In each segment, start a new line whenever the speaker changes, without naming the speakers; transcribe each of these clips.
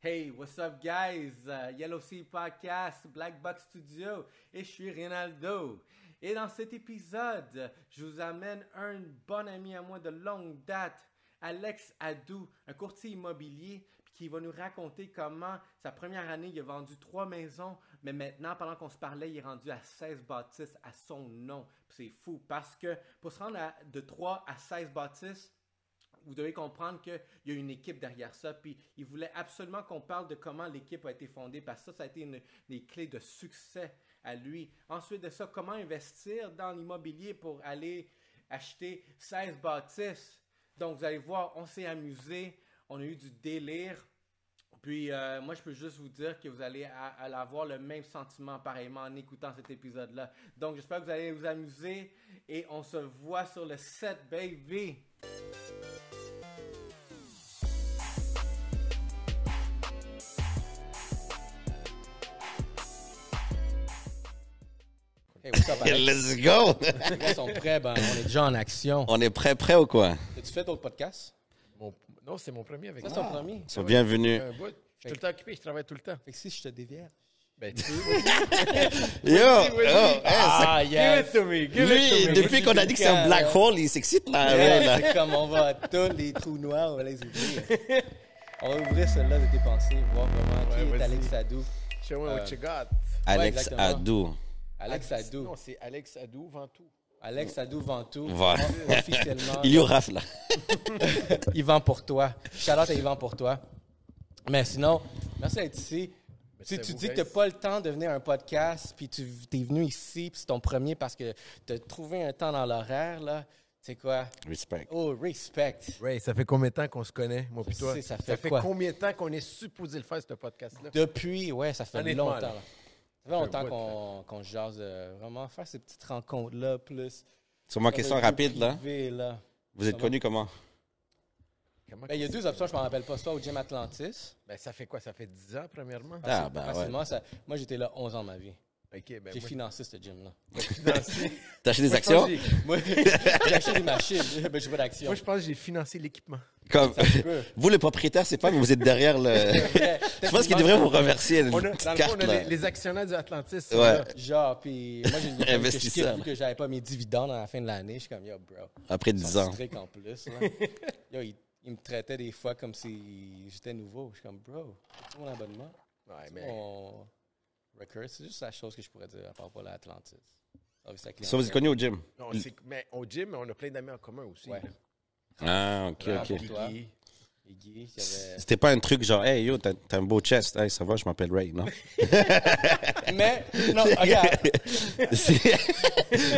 Hey, what's up guys? Euh, Yellow Sea Podcast, Black Box Studio et je suis Rinaldo. Et dans cet épisode, je vous amène un bon ami à moi de longue date, Alex Adou, un courtier immobilier qui va nous raconter comment sa première année, il a vendu trois maisons, mais maintenant, pendant qu'on se parlait, il est rendu à 16 bâtisses à son nom. Puis C'est fou parce que pour se rendre à- de 3 à 16 bâtisses, vous devez comprendre qu'il y a une équipe derrière ça, puis il voulait absolument qu'on parle de comment l'équipe a été fondée, parce que ça, ça a été une des clés de succès à lui. Ensuite de ça, comment investir dans l'immobilier pour aller acheter 16 bâtisses. Donc, vous allez voir, on s'est amusé, on a eu du délire, puis euh, moi, je peux juste vous dire que vous allez a- aller avoir le même sentiment pareillement en écoutant cet épisode-là. Donc, j'espère que vous allez vous amuser et on se voit sur le set, baby!
Hey, what's up, Alex?
Let's go!
Ils sont prêts, ben, on est déjà en action.
On est prêt, prêt ou quoi?
As-tu fait d'autres podcasts?
Mon- Non, c'est mon premier avec
Ça, c'est
toi.
ton premier.
Sois bienvenu.
Un bout. Je suis tout le temps occupé, je travaille tout le temps.
Fait que si je te dévière.
Ben, tu
Yo! oh, hey, ça-
Ah,
Give
yes!
it to me, give it to
Lui,
me.
depuis qu'on a dit que c'est un black hole, il s'excite là. euh, ouais, là.
C'est comme on va à tous les trous noirs, on va les ouvrir. on va ouvrir celui-là de tes pensées, voir vraiment qui
Ouais,
est
vas-y.
Alex Adou.
show me what you got.
Alex
exactement.
Adou.
euh, Alex
Ah,
Adou.
Non, c'est Alex Adou, Ventoux.
Alex Adou Ventoux.
Va.
Officiellement,
Il y aura là.
Yvan pour toi. Charlotte et Yvan pour toi. Mais sinon, merci d'être ici.
Merci
Si
à
tu
vous,
dis que
guys.
tu n'as pas le temps de venir à un podcast, puis tu es venu ici, puis c'est ton premier parce que tu as trouvé un temps dans l'horaire, là, c'est quoi?
Respect.
Oh, respect.
Ray, ça fait combien de temps qu'on se connaît, moi
Je
puis toi?
sais, ça fait quoi?
combien de temps qu'on est supposé le faire, ce podcast-là?
Depuis, ouais, ça fait
Honnêtement,
longtemps.
là.
là. Ça fait longtemps
bout,
qu'on qu'on se jase euh, vraiment faire ces petites rencontres-là, plus.
Sur ma question rapide, là.
Privé, là.
Vous êtes connu comment?
Comment
Ben, il y a
qu'on-
deux options, je m'en rappelle pas. Soit au Gym Atlantis.
Ben, ça fait quoi? Ça fait 10 ans, premièrement?
Ah, ben ouais.
Facilement, ça- moi, j'étais là 11 ans de ma vie.
OK, ben,
J'ai
moi,
financé ce gym-là.
T'as acheté des actions?
je pense que
Moi, j'ai acheté des machines, mais j'ai pas
j'ai-
d'action.
moi, je pense que j'ai financé l'équipement.
Comme...
peut.
Vous, le propriétaire, c'est pas, mais vous êtes derrière le. Je pense qu'il devrait vous remercier. Une
On a,
petite
dans le fond,
carte,
on a
là.
les, les actionnaires du Atlantis.
Ouais.
là.
Genre, puis moi, j'ai une que je
Investisseur.
quitte vu que j'avais pas mes dividendes à la fin de l'année. Je suis comme, yo, bro.
Après
Ils
10
sont
ans.
strict en plus. là. Yo, ils ils me traitaient des fois comme si j'étais nouveau. Je suis comme, bro, c'est mon abonnement.
Ouais,
c'est
mais
Mon record. C'est juste la chose que je pourrais dire à part pas l'Atlantis. Ah oui, c'est la
Ça, vous êtes
clientèle.
connu au gym?
on sait que- mais au gym, on a plein d'amis en commun aussi.
Ouais.
là.
Ah, ok,
Ah,
ok.
pour toi.
Guy.
Et Guy, il y avait-
C'était pas un truc genre, hey yo, t'as t'as un beau chest. Hey, ça va, je m'appelle Ray, non?
Mais, non, regarde.
C'est-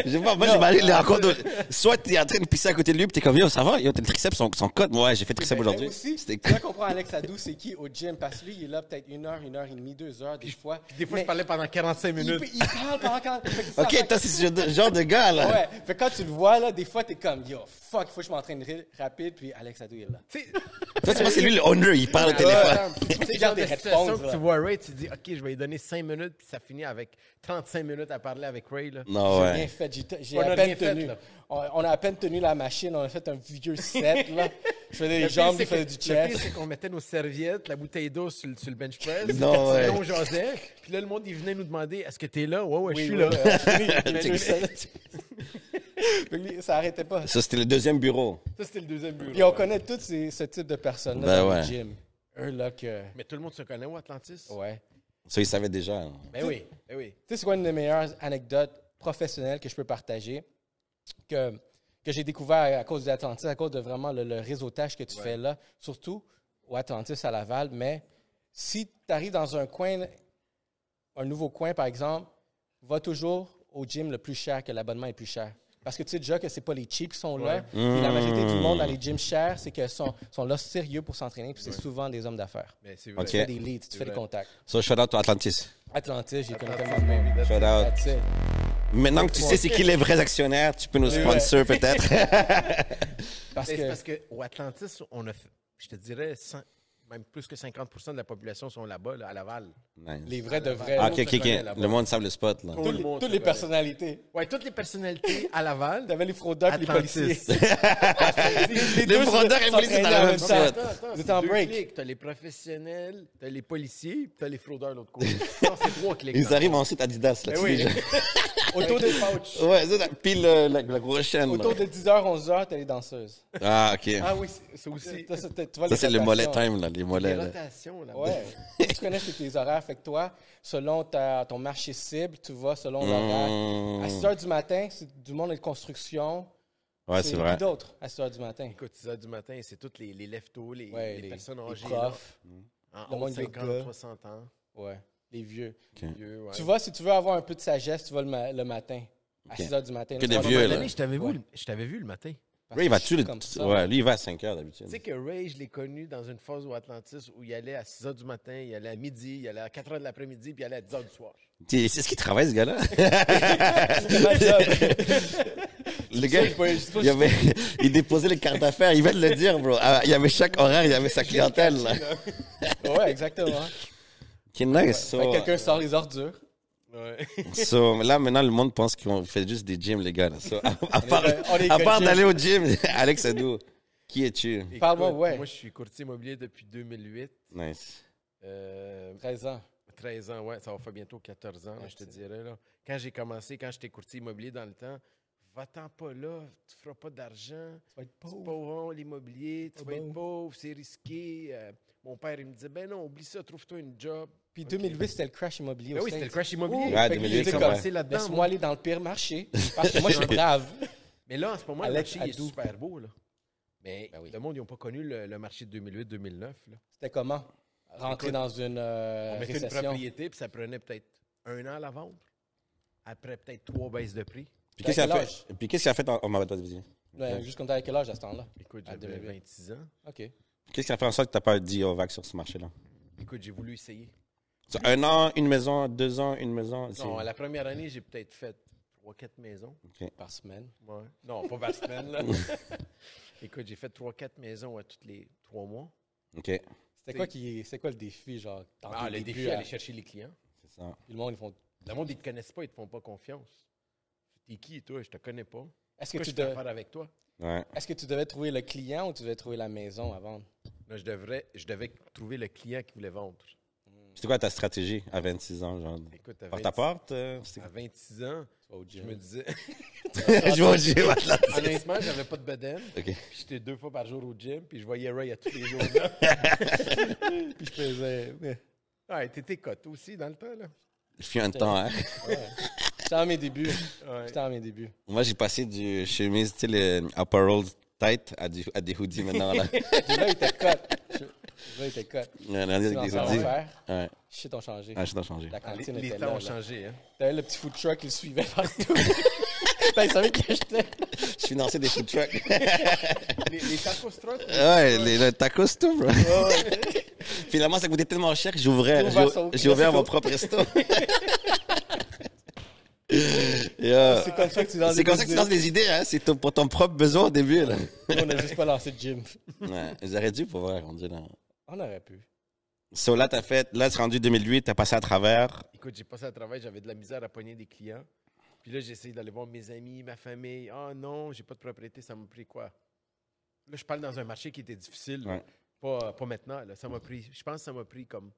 je sais pas, moi j'imagine les rencontres. Soit t'es en train de pisser à côté de lui, pis t'es comme yo, ça va, yo, t'as le triceps, son, son code. Ouais, j'ai fait triceps
Mais
aujourd'hui.
aussi,
C'était
tu vas comprendre Alex Adou, c'est qui au gym? Parce que lui, il est là peut-être une heure, une heure et demie, deux heures, des fois.
Des fois,
Mais
je parlais pendant 45
il,
minutes.
il parle pendant quand. fait que c'est ça,
Ok, toi, c'est ce genre de- genre de gars là.
Ouais, fait que quand tu le vois, là, des fois, t'es comme, yo, fuck, il faut que je m'entraîne ri- rapide, puis Alex Adou, il est là.
Tu
Toi,
sais,
tu penses que c'est lui le owner, il parle au téléphone.
C'est
C'est
le
le
genre
genre
des
de
headphones,
situation
là.
que tu vois Ray, tu dis, OK, je vais lui donner 5 minutes, puis ça finit avec 35 minutes à parler avec Ray. Là.
Non,
Rien
Ah ouais.
fait, j'ai, j'ai
On
à
a
peine
rien fait,
tenu.
là.
on, on a à peine tenu la machine, on a fait un vieux set, là. Je faisais
Le
des
pire,
jambes,
c'est
il faisait
que-
du
Le pire,
chest.
c'est qu'on mettait nos serviettes, la bouteille d'eau sur, le- sur le bench press.
Non, ouais.
On jasait. Puis là, le monde, il venait nous demander, est-ce que t'es là? Ouais, ouais, je suis là.
Vieux set. Fait que lui, ça arrêtait pas.
Ça, c'était le deuxième bureau.
Ça, c'était le deuxième bureau.
Et on connaît tous ces- ce type de personnes-là
Ben
dans
ouais.
le gym. Eux, là, que.
Mais tout le monde se connaît au Atlantis?
Ouais.
Ça, il savait déjà. là.
Ben oui, ben oui.
Tu sais, c'est quoi une des meilleures anecdotes professionnelles que je peux partager, que, que j'ai découvert à cause de l'Atlantis, à cause de vraiment le, le réseautage que tu fais là, surtout au Atlantis à Laval. Mais si tu arrives dans un coin, un nouveau coin par exemple, va toujours au gym le plus cher, que l'abonnement est plus cher. Parce que tu sais déjà que c'est pas les cheap qui sont là. Puis La majorité du monde dans les gyms chers, c'est qu'ils sont, sont là sérieux pour s'entraîner. Puis c'est souvent des hommes d'affaires.
Mais Ben, c'est vrai.
Ok.
Tu fais des leads, tu fais des
vrai.
contacts.
Ça, shout out à Atlantis.
Atlantis, j'ai connu tellement de monde.
Atlantis,
Shout
baby,
out.
That's it.
Maintenant que tu sais c'est qui les vrais actionnaires, tu peux nous sponsor peut-être.
Parce
Mais
que-
C'est parce qu'au Atlantis, on a fait, je te dirais, 100 même plus que 50 de la population sont là-bas, là, à Laval.
Nice.
Les vrais de vrais.
Ah,
là.
ok,
se
ok, ok.
connaît là-bas.
Le monde savent le spot, là.
Tout
Tous
le
les-
monde
toutes
se
les
connaît.
personnalités.
Ouais, toutes les personnalités à Laval.
T'avais les fraudeurs et les policiers.
Atlantistes.
les
Les fraudeurs et les
sont
policiers
traînés
dans la
en
même
temps.
spot.
Vous êtes en break.
Tu as les professionnels, tu as les policiers, puis tu as les fraudeurs de l'autre côté. Non, c'est trois clics.
Ils arrivent en site Adidas, là.
Ben
tu
oui.
sais,
Autour de,
genre. Ouais, c'est ça, pile euh, la, la prochaine. là.
autour de 10h, 11h, t'as les danseuses.
Ah, ok.
Ah oui, c'est c'est aussi.
Ça, ça, t'as- tu vois
Ça,
les
c'est le mollet
rotations.
time, là, les
Les
mollets, là.
rotations, là.
Ouais. tu connais c'est tes horaires. Fait que toi, selon ta- ton marché cible, tu vas selon l'horaire.
Mmh.
À 6 h du matin, c'est du monde de construction.
Ouais, c'est
qui
vrai.
d'autre à 6 h du matin?
Écoute, 6 heures du matin, c'est toutes les, les leftos, les,
Ouais,
les
les,
personnes
les
âgées. là,
profs,
en
le monde
11, 50,
yoga.
60 ans.
ouais, les vieux.
vieux, ouais.
Tu vois, si tu veux avoir un peu de sagesse, tu vas le, ma- le matin. À
Ok.
6 h du matin.
Que
Tu
des
vas
À un
le
vieux,
moment
matin,
là.
donné, je t'avais
Ouais.
vu, le- je t'avais vu le matin.
parce que
Ray, il va
je suis
tuer le.
comme ça.
Ouais, lui, il va à 5 heures d'habitude.
Tu sais que Ray, je l'ai connu dans une phase au Atlantis où il allait à 6 h du matin, il allait à midi, il allait à 4 h de l'après-midi, puis il allait à 10 h du soir.
T'es- C'est ce qu'il travaille, ce gars-là?
C'est ma job.
Le
Ça,
gars,
je peux- je sais pas
il,
si-
avait, il déposait les cartes d'affaires. Il va le dire, bro. Ah, Il y avait chaque horaire, il y avait sa clientèle. là.
Ouais, exactement.
Qui est nice.
Fait que
So,
quelqu'un sort les ordures.
Ouais.
so, là, maintenant, le monde pense qu'on fait juste des gyms, les gars. là. So, à, à part,
on est
à
gars
part
de
d'aller au gym, Alex Adou, qui es-tu?
Parle-moi,
Écoute,
ouais.
Moi, je suis courtier immobilier depuis 2008.
Nice.
Euh,
13 ans.
13 ans, ouais, ça va faire bientôt 14 ans, là, je te
Merci.
dirais. Là. Quand j'ai commencé, quand j'étais courtier immobilier dans le temps, va-t'en pas là, tu feras pas d'argent,
Tu vas être
c'est
pauvre.
pas bon l'immobilier, tu
Pas
vas être
bon.
pauvre, c'est risqué. Euh, mon père, il me disait, ben non, oublie ça, trouve-toi une job.
Puis
Ok.
2008, c'était le crash immobilier.
Ben
au
oui, c'était le
States.
crash immobilier.
Ouh,
Ouais,
fait que
2008,
j'ai
j'ai
c'est
commencé-
commencé là-dedans.
Laisse-moi
moi.
aller dans le pire marché. Parce que moi, je suis brave.
Mais là, en ce moment,
Alex
le marché il
Hadou.
est super beau. Là. Mais
Ben oui.
le monde, ils n'ont pas connu le, le marché de 2008-2009. là.
C'était comment? Rentrer dans une euh,
On mettait une
récession.
propriété, puis ça prenait peut-être un an à la vendre. Après, peut-être trois baisses de prix.
Puis qu'est-ce qu'il
quel
a fait? Puis qu'est-ce qu'il a fait en... oh, ma- vas-y, vas-y.
Ouais, Juste comme t'as à quel âge à ce temps-là?
Écoute,
À
j'avais
2008.
26 ans.
OK.
Qu'est-ce qu'il a fait en sorte que t'as pas dit au vague sur ce marché-là?
Écoute, j'ai voulu essayer.
So, un an, une maison, deux ans, une maison. c'est-
Non, la première année, j'ai peut-être fait trois, quatre maisons.
Par semaine.
Ouais. Non, pas par semaine, là. Écoute, j'ai fait trois, quatre maisons à tous les trois mois.
OK.
C'était quoi, qui, c'était quoi le défi, genre? dans
Ah,
tes
le
débuts
défi,
à-
aller chercher les clients.
C'est ça.
Puis le monde, ils font...
Le monde, ils te connaissent pas, ils te font pas confiance. T'es qui, toi? Je te connais pas.
Est-ce que,
Qu'est-ce
tu
que tu
de-
veux faire avec toi?
Ouais.
est-ce que tu devais trouver le client ou tu devais trouver la maison à vendre?
Là, je, devrais, je devais trouver le client qui voulait vendre.
C'était quoi ta stratégie à 26 ans, genre?
Écoute, à, 20
Porte à porte? euh, c'était-
Ah,
à 26 ans, je me disais...
Je vais au gym, Atlas.
Honnêtement, j'avais pas de bedaine.
Ok.
Puis J'étais deux fois par jour au gym, puis je voyais Ray à tous les jours.
Puis je faisais... ouais.
ouais, Ah, t'étais cote aussi dans le temps, là.
Il fut un temps, hein.
C'était à mes débuts.
Ouais.
C'était à mes débuts.
Moi, j'ai passé du chemise, tu sais, le apparel tight à, du- à des hoodies maintenant, là.
Puis là, il était cut. Je- Là, il était cut.
On est rendu avec des
Ça, on va
hoodies.
faire.
Ouais.
Shit ont changé.
Ah, je t'en changé.
La
Les,
cantine
les
était
temps
là.
ont
là.
changé, hein.
T'avais le petit food truck qui le suivait partout. Putain, il savait que j'étais.
Je finançais des food trucks.
Les, les tacos truck,
Ouais, les, le tacos, tout, bro. Finalement, ça coûtait tellement cher que j'ouvrais.
Ouvre à
j'ou-
son-
J'ai ouvert mon propre resto. Yeah.
C'est comme ça que tu lances
C'est
des
comme ça que tu lances des idées, hein. C'est ton- pour ton propre besoin au début, là.
Nous, on n'a juste pas lancé de gym.
Ouais, j'aurais dû pouvoir, on dit, là.
On aurait pu.
So, là, t'as fait, là, c'est rendu 2008, t'as passé à travers.
Écoute, j'ai passé à travail, j'avais de la misère à pogner des clients. Puis là, j'ai essayé d'aller voir mes amis, ma famille. Ah non, j'ai pas de propriété, ça m'a pris quoi? Là, je parle dans un marché qui était difficile. là.
Ouais.
Pas, pas maintenant, là. Ça m'a pris, je pense que ça m'a pris comme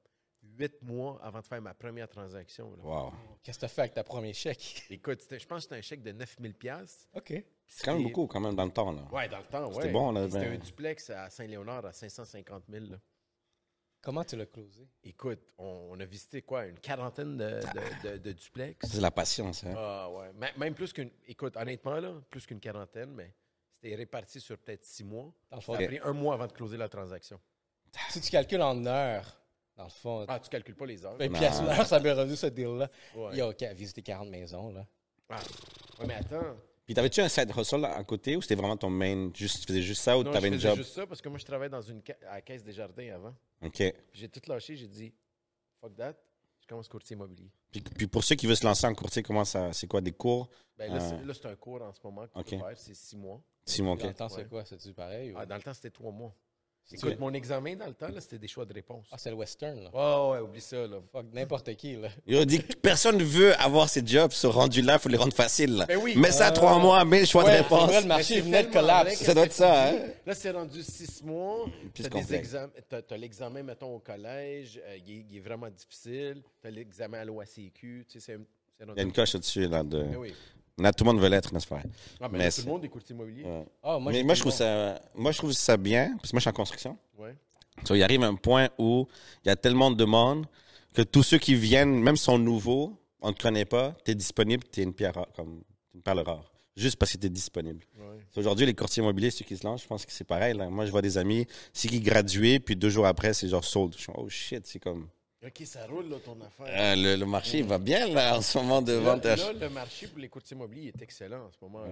huit mois avant de faire ma première transaction. là.
Wow.
Qu'est-ce que t'as fait avec ta première chèque?
Écoute, c'était- je pense que c'était un chèque de 9000 pièces.
OK.
C'est quand même beaucoup, quand même, dans le temps, là.
Ouais, dans le temps, ouais.
C'était bon, là,
Puis C'était
ben-
un duplex à Saint-Léonard à 550 000. là.
Comment tu l'as closé?
Écoute, on, on a visité quoi? Une quarantaine de, de- de- de duplex.
C'est la patience, hein.
Ah ouais. M- même plus qu'une. Écoute, honnêtement, là, plus qu'une quarantaine, mais c'était réparti sur peut-être six mois.
Dans le fond,
Ça a pris un mois avant de closer la transaction.
si tu calcules en heures, dans le fond,
Ah, tu calcules pas les heures.
20
Non.
piastres l'heure, ça m'est rendu ce deal-là.
Ouais.
Il a ok, visité 40 maisons, là.
Ah. Ouais, mais attends.
Puis t'avais-tu un side hustle à côté ou c'était vraiment ton main, juste, tu faisais juste ça ou
Non,
t'avais
je
une
faisais
job?
juste ça parce que moi, je travaillais dans une ca- à la caisse des jardins avant.
OK.
Puis J'ai tout lâché, j'ai dit fuck that, je commence courtier immobilier.
Puis, puis pour ceux qui veulent se lancer en courtier, comment ça, c'est quoi, des cours?
Ben, là,
Ah.
c'est- là, c'est un cours en ce moment qu'on
Ok.
peut faire, c'est six mois. Ah,
Simon,
Puis Dans
OK.
le temps, c'est
Ouais.
quoi? C'est-tu pareil? ou-
Ah, dans le temps, c'était trois mois. Écoute, mon examen dans le temps, là, c'était des choix de réponse.
Ah, c'est le western, là.
Oh, ouais, oublie ça, là.
Fuck, n'importe qui, là.
Ils ont dit que personne ne veut avoir ces jobs, ce rendu-là, il faut les rendre faciles. là.
Ben oui.
Mets ça à trois mois, mets le choix
Ouais,
de réponse.
c'est vrai, le
Mais
marché
c'est
venait de
tellement
collapse.
vrai
Ça doit être ça, hein?
Là, c'est rendu six mois.
Mm, Puis
T'as
c'est
des
complexe.
examens. T'as t'as l'examen, mettons, au collège. euh, il, est, il est vraiment difficile. T'as l'examen à l'OACQ. Tu sais, c'est un- c'est rendu.
Il y a une coche au-dessus, là. De...
Mais oui.
Là, tout le monde veut l'être, n'est-ce pas?
Ah, mais
Mais
tout
c'est-
le monde est courtier immobilier.
Ouais.
Ah, moi,
mais
j'ai
moi
tout
je, trouve
le
ça, moi, je trouve ça bien, parce que moi, je suis en construction.
Ouais.
Tu vois, il arrive un point où il y a tellement de demandes que tous ceux qui viennent, même sont nouveaux, on ne te connaît pas, tu es disponible, tu es une pierre rare, comme t'es une perle rare. Juste parce que tu es disponible.
ouais.
C'est Aujourd'hui, les courtiers immobiliers, ceux qui se lancent, je pense que c'est pareil. là. Moi, je vois des amis, c'est qui graduaient, puis deux jours après, c'est genre sold. Je suis oh shit, c'est comme.
OK, ça roule, là, ton affaire.
Euh, le, le marché, il va bien, là, en ce moment, de
Là,
vente.
là, le marché pour les courtiers immobiliers est excellent en ce moment. là.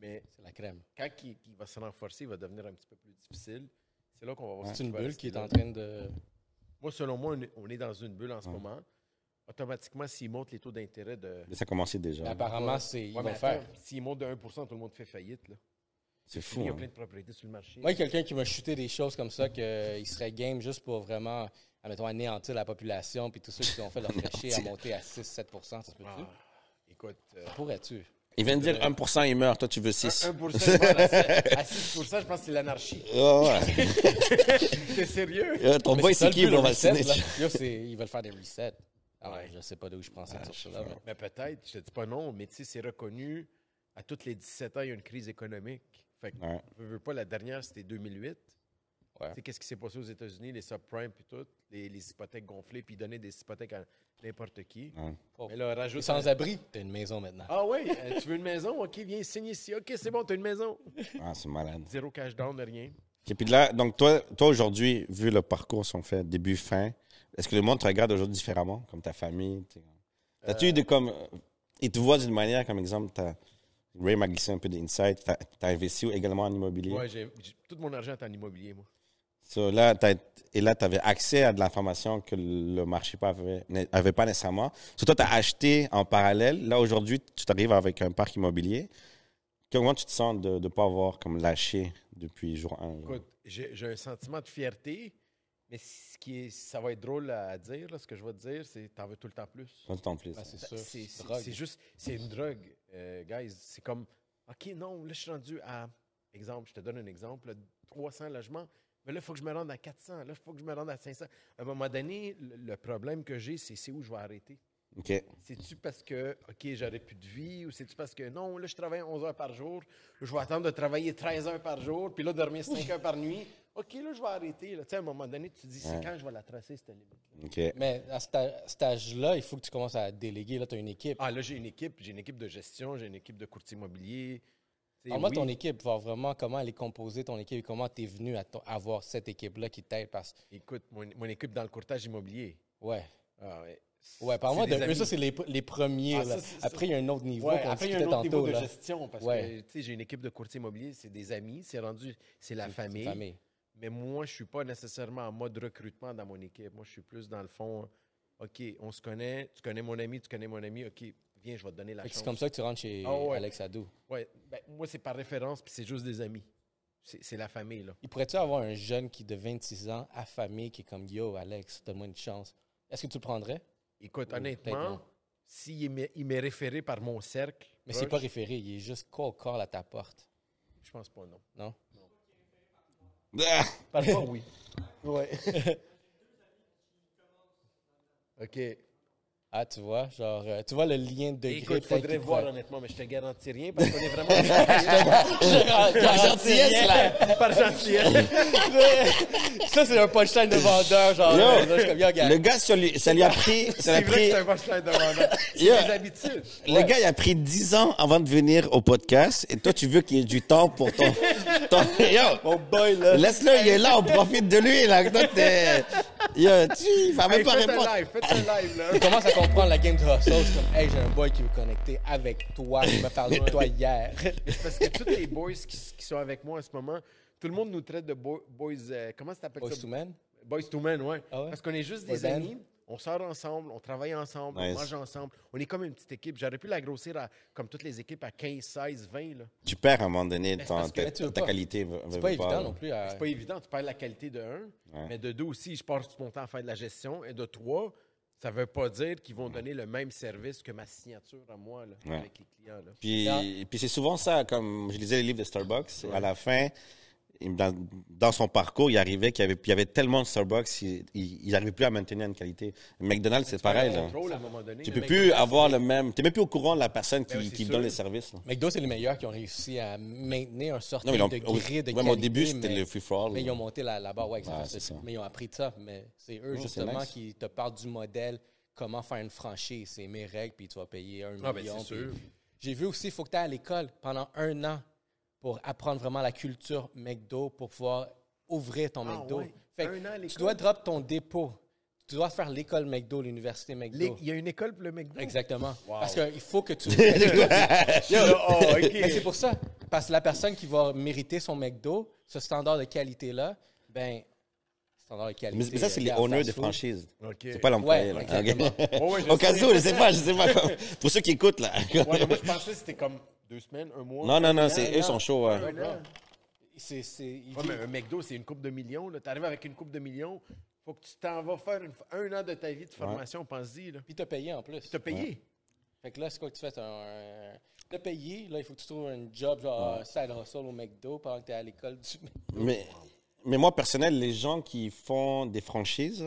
Mais
monde. C'est la crème.
quand il, il va se renforcer, il va devenir un petit peu plus difficile. C'est là qu'on va voir
C'est une bulle qui est en
train
train de.
Moi, selon moi, on est- on est dans une bulle en ce moment. Automatiquement, s'ils montent les taux d'intérêt de.
Mais ça a commencé déjà.
Mais apparemment, c'est. Ils
Ouais,
vont
mais
le faire.
attends, S'ils montent de 1 tout le monde fait faillite. Là.
C'est
Il
fou.
y a
hein.
plein de propriétés sur le marché.
Moi, il y a quelqu'un qui m'a chuté des choses comme ça, qu'il serait game juste pour vraiment, admettons, anéantir la population, puis tous ceux qui ont fait leur fraîcher à monter à 6-7 ça se peut-tu?
Ah, écoute, euh,
Pourrais-tu?
Il vient de dire 1%, il meurt. Toi, tu veux 6.
1 à 6 je pense que c'est l'anarchie.
Oh, ouais.
T'es sérieux?
Euh, Ton
Mais
boy,
ça,
c'est
le
qui
but,
pour
le reset,
vacciner?
là. Là, c'est- ils veulent faire des resets. Alors,
Ouais.
je sais pas d'où je prends cette
Ah,
source-là. mais-
Mais peut-être, je te dis pas non, mais tu sais, c'est reconnu. À toutes les 17 ans, il y a une crise économique. Fait que,
Ouais.
veux, veux pas, la dernière, c'était 2008.
Ouais.
Tu sais, qu'est-ce qui s'est passé aux États-Unis, les subprimes, puis tout, les, les hypothèques gonflées, puis ils donnaient des hypothèques à n'importe qui.
Ouais.
Mais là, rajoute.
Sans-abri, t'as une maison maintenant.
Ah oui, euh, tu veux une maison? OK, viens signer ici. OK, c'est bon, t'as une maison.
Ah, c'est malade.
Zéro cash down, rien.
Et puis là, donc toi, toi aujourd'hui, vu le parcours qu'on fait, début, fin, est-ce que le monde te regarde aujourd'hui différemment, comme ta famille? t'es- T'as-tu eu de comme. euh, Ils te voient d'une manière, comme exemple, t'as- Ray m'a glissé un peu d'insight, t'as t'as investi également en immobilier.
Ouais, j'ai, j'ai- tout mon argent est en immobilier, moi.
So, là, t'as- et là, tu avais accès à de l'information que le marché pas avait, n'a- avait pas nécessairement. So, toi, tu as acheté en parallèle. Là, aujourd'hui, tu t'arrives avec un parc immobilier. Comment tu te sens de ne pas avoir comme lâché depuis jour 1?
Écoute, j'ai, j'ai un sentiment de fierté, mais ce qui est, ça va être drôle à dire, là, ce que je vais te dire, c'est t'en veux tout le temps plus.
plus.
Ah, c'est
Ça,
sûr.
C'est, c'est-
drogue.
c'est juste, c'est une drogue, euh, guys. C'est comme, OK, non, là, je suis rendu à, exemple, je te donne un exemple, là, 300 logements, mais là, il faut que je me rende à 400, là, il faut que je me rende à 500. À un moment donné, le, le problème que j'ai, c'est, c'est où je vais arrêter.
OK.
C'est-tu parce que, OK, j'aurais plus de vie, ou c'est-tu parce que, non, là, je travaille 11 heures par jour, je vais attendre de travailler 13 heures par jour, puis là, dormir 5 heures par nuit. OK, là, je vais arrêter. là. Tu sais, à un moment donné, tu te dis, c'est
Ouais.
quand je vais la tracer, cette limite
OK.
Mais à cet a- cet âge-là, il faut que tu commences à déléguer. Là, tu as une équipe.
Ah, là, j'ai une équipe, j'ai une équipe de gestion, j'ai une équipe de courtier immobilier. Tu sais,
Parle-moi
ben oui,
de Ah, ton équipe, voir vraiment comment elle est composée, ton équipe, et comment tu es venu à ton- avoir cette équipe-là qui t'aide. Parce...
Écoute, mon, mon équipe dans le courtage immobilier.
Ouais.
Ah, ouais. C'est-
Ouais, parle-moi
c'est
de
des
eux.
amis.
Ça, c'est les, pr- les premiers.
Ah,
là.
ça, c'est-
Après, il y a un autre niveau
Ouais,
qu'on
après, il y a un
discutait
autre niveau
tantôt.
de
Là.
gestion parce
Ouais.
que tu sais, j'ai une équipe de courtier immobilier, c'est des amis, c'est rendu, c'est la
C'est- c'est
famille. Mais moi, je suis pas nécessairement en mode recrutement dans mon équipe. Moi, je suis plus dans le fond, OK, on se connaît, tu connais mon ami, tu connais mon ami, OK, viens, je vais te donner la
Fait que
chance.
C'est comme ça que tu rentres chez
Ah ouais.
Alex Adou.
Ouais, ben, moi, c'est par référence, puis c'est juste des amis. C'est c'est la famille, là.
Il pourrait-tu avoir un jeune qui de 26 ans, affamé, qui est comme Yo, Alex, donne-moi une chance. Est-ce que tu le prendrais?
Écoute,
Ou Oh, peut-être
honnêtement,
non.
s'il est mé- il m'est référé par mon cercle,
Mais c'est pas
proche,
référé, il est juste cold call à ta porte.
je pense pas, non.
Non?
Ah!
Parle pas, oui. Ouais. OK.
Ah, tu vois, genre, euh, tu vois le lien de
Écoute,
grippe.
faudrait voir, honnêtement, mais je te garantis rien parce qu'on est vraiment...
Ah,
Par gentillesse, là.
par gentillesse.
Ça, c'est un punchline de vendeur, genre.
Yo,
euh, là, je suis comme, Yo, gars,
le gars, ça lui, ça lui a pris. Ça l'a
C'est vrai
pris
que c'est un punchline de vendeur. C'est
Yeah.
des habitudes.
le gars, il a pris 10 ans avant de venir au podcast. Et toi, tu veux qu'il y ait du temps pour ton. ton yo,
mon boy, là.
Euh, laisse-le, il est là, on profite de lui. Là. Toi, t'es- yo, tu il va même
Hey,
pas
faites
répondre.
un live, faites un live, là.
Je commence à comprendre la game de hustle. Je suis comme, hey, j'ai un boy qui veut connecter avec toi. Il m'a parlé de toi hier.
C'est parce que tous les boys qui, s- qui sont avec moi en ce moment, tout le monde nous traite de boy- boys... euh, comment ça s'appelle
Boys
ça?
to men?
Boys to men, ouais.
Ah ouais?
Parce qu'on est juste
Boy
des
band.
amis. on sort ensemble, on travaille ensemble,
Nice.
on mange ensemble. On est comme une petite équipe. J'aurais pu la grossir à, comme toutes les équipes à 15, 16, 20. Là.
Tu perds à un moment
Eh,
donné
Mais c'est
ton-
parce que
ta,
tu veux
ta
pas.
qualité. veux-
C'est
veux
pas évident
là.
non plus. à-
C'est pas évident, tu perds la qualité de un, mais de deux aussi, je passe tout mon temps à faire de la gestion. Et de trois, ça veut pas dire qu'ils vont donner le même service que ma signature à moi là,
Ouais.
avec les clients. Là.
Puis,
Yeah.
puis c'est souvent ça, comme je lisais les livres de Starbucks, à la fin, il- dans, dans son parcours, il arrivait qu'il y avait, il y avait tellement de Starbucks, il- il n'arrivait plus à maintenir une qualité. McDonald's, c'est pareil.
Le
Là.
contrôle, à un moment donné,
Tu
le
peux
mec-
plus avoir le même. Tu n'es même plus au courant de la personne
Ben oui,
qui,
c'est
qui
sûr.
donne les services. là.
McDo, c'est les meilleurs qui ont réussi à maintenir un sorte
Non, mais
de
ils ont-
grille de
au-
qualité.
ouais, mais au début, c'était
mais-
le free-for-all.
Mais
Oh, là.
ils ont monté la, la barre, ouais, exactement,
Ouais, c'est
c'est-
ça.
Mais ils ont appris de ça. Mais c'est eux,
c'est
justement,
nice.
qui te parlent du modèle, comment faire une franchise. C'est mes règles, puis tu vas payer un
Ah, ben,
million.
c'est
puis-
sûr.
J'ai vu aussi, il faut que tu ailles à l'école pendant un an pour apprendre vraiment la culture McDo, pour pouvoir ouvrir ton
Ah,
McDo.
ouais.
Fait que
Un an à
tu
l'école.
dois drop ton dépôt. Tu dois faire l'école McDo, l'université
Les-
McDo.
Il y a une école pour le McDo.
Exactement.
Wow.
Parce qu'il faut que tu...
Ah, ok.
Mais
euh,
c'est pour ça. Parce que la personne qui va mériter son McDo, ce standard de qualité-là, ben, standard de qualité.
Mais, mais ça, c'est les
regarde,
honneurs
fast
des
food.
franchises.
Ok.
C'est pas
Ouais,
l'employé. là.
exactement.
Ok.
Ouais, ouais, je
Au cas
sais.
où, je sais pas, je sais pas. Pour ceux qui écoutent, là.
Ouais, mais moi, je pensais que c'était comme deux semaines, un mois.
Non, non, non, c'est-
non.
eux sont chauds. ouais.
Un an.
C'est, c'est, il
Ouais,
dit-
mais euh, un McDo, c'est une coupe de millions. Tu arrives avec une coupe de millions, faut que tu t'en vas faire une- un an de ta vie de formation, pense-y. là. Puis
Puis t'as payé en plus.
t'as payé.
Fait que là, c'est quoi que tu fais? T'as un... T'as payé, là, il faut que tu trouves un job, genre, side hustle au McDo pendant que t'es à l'école du...
Mais, mais moi, personnel, les gens qui font des franchises,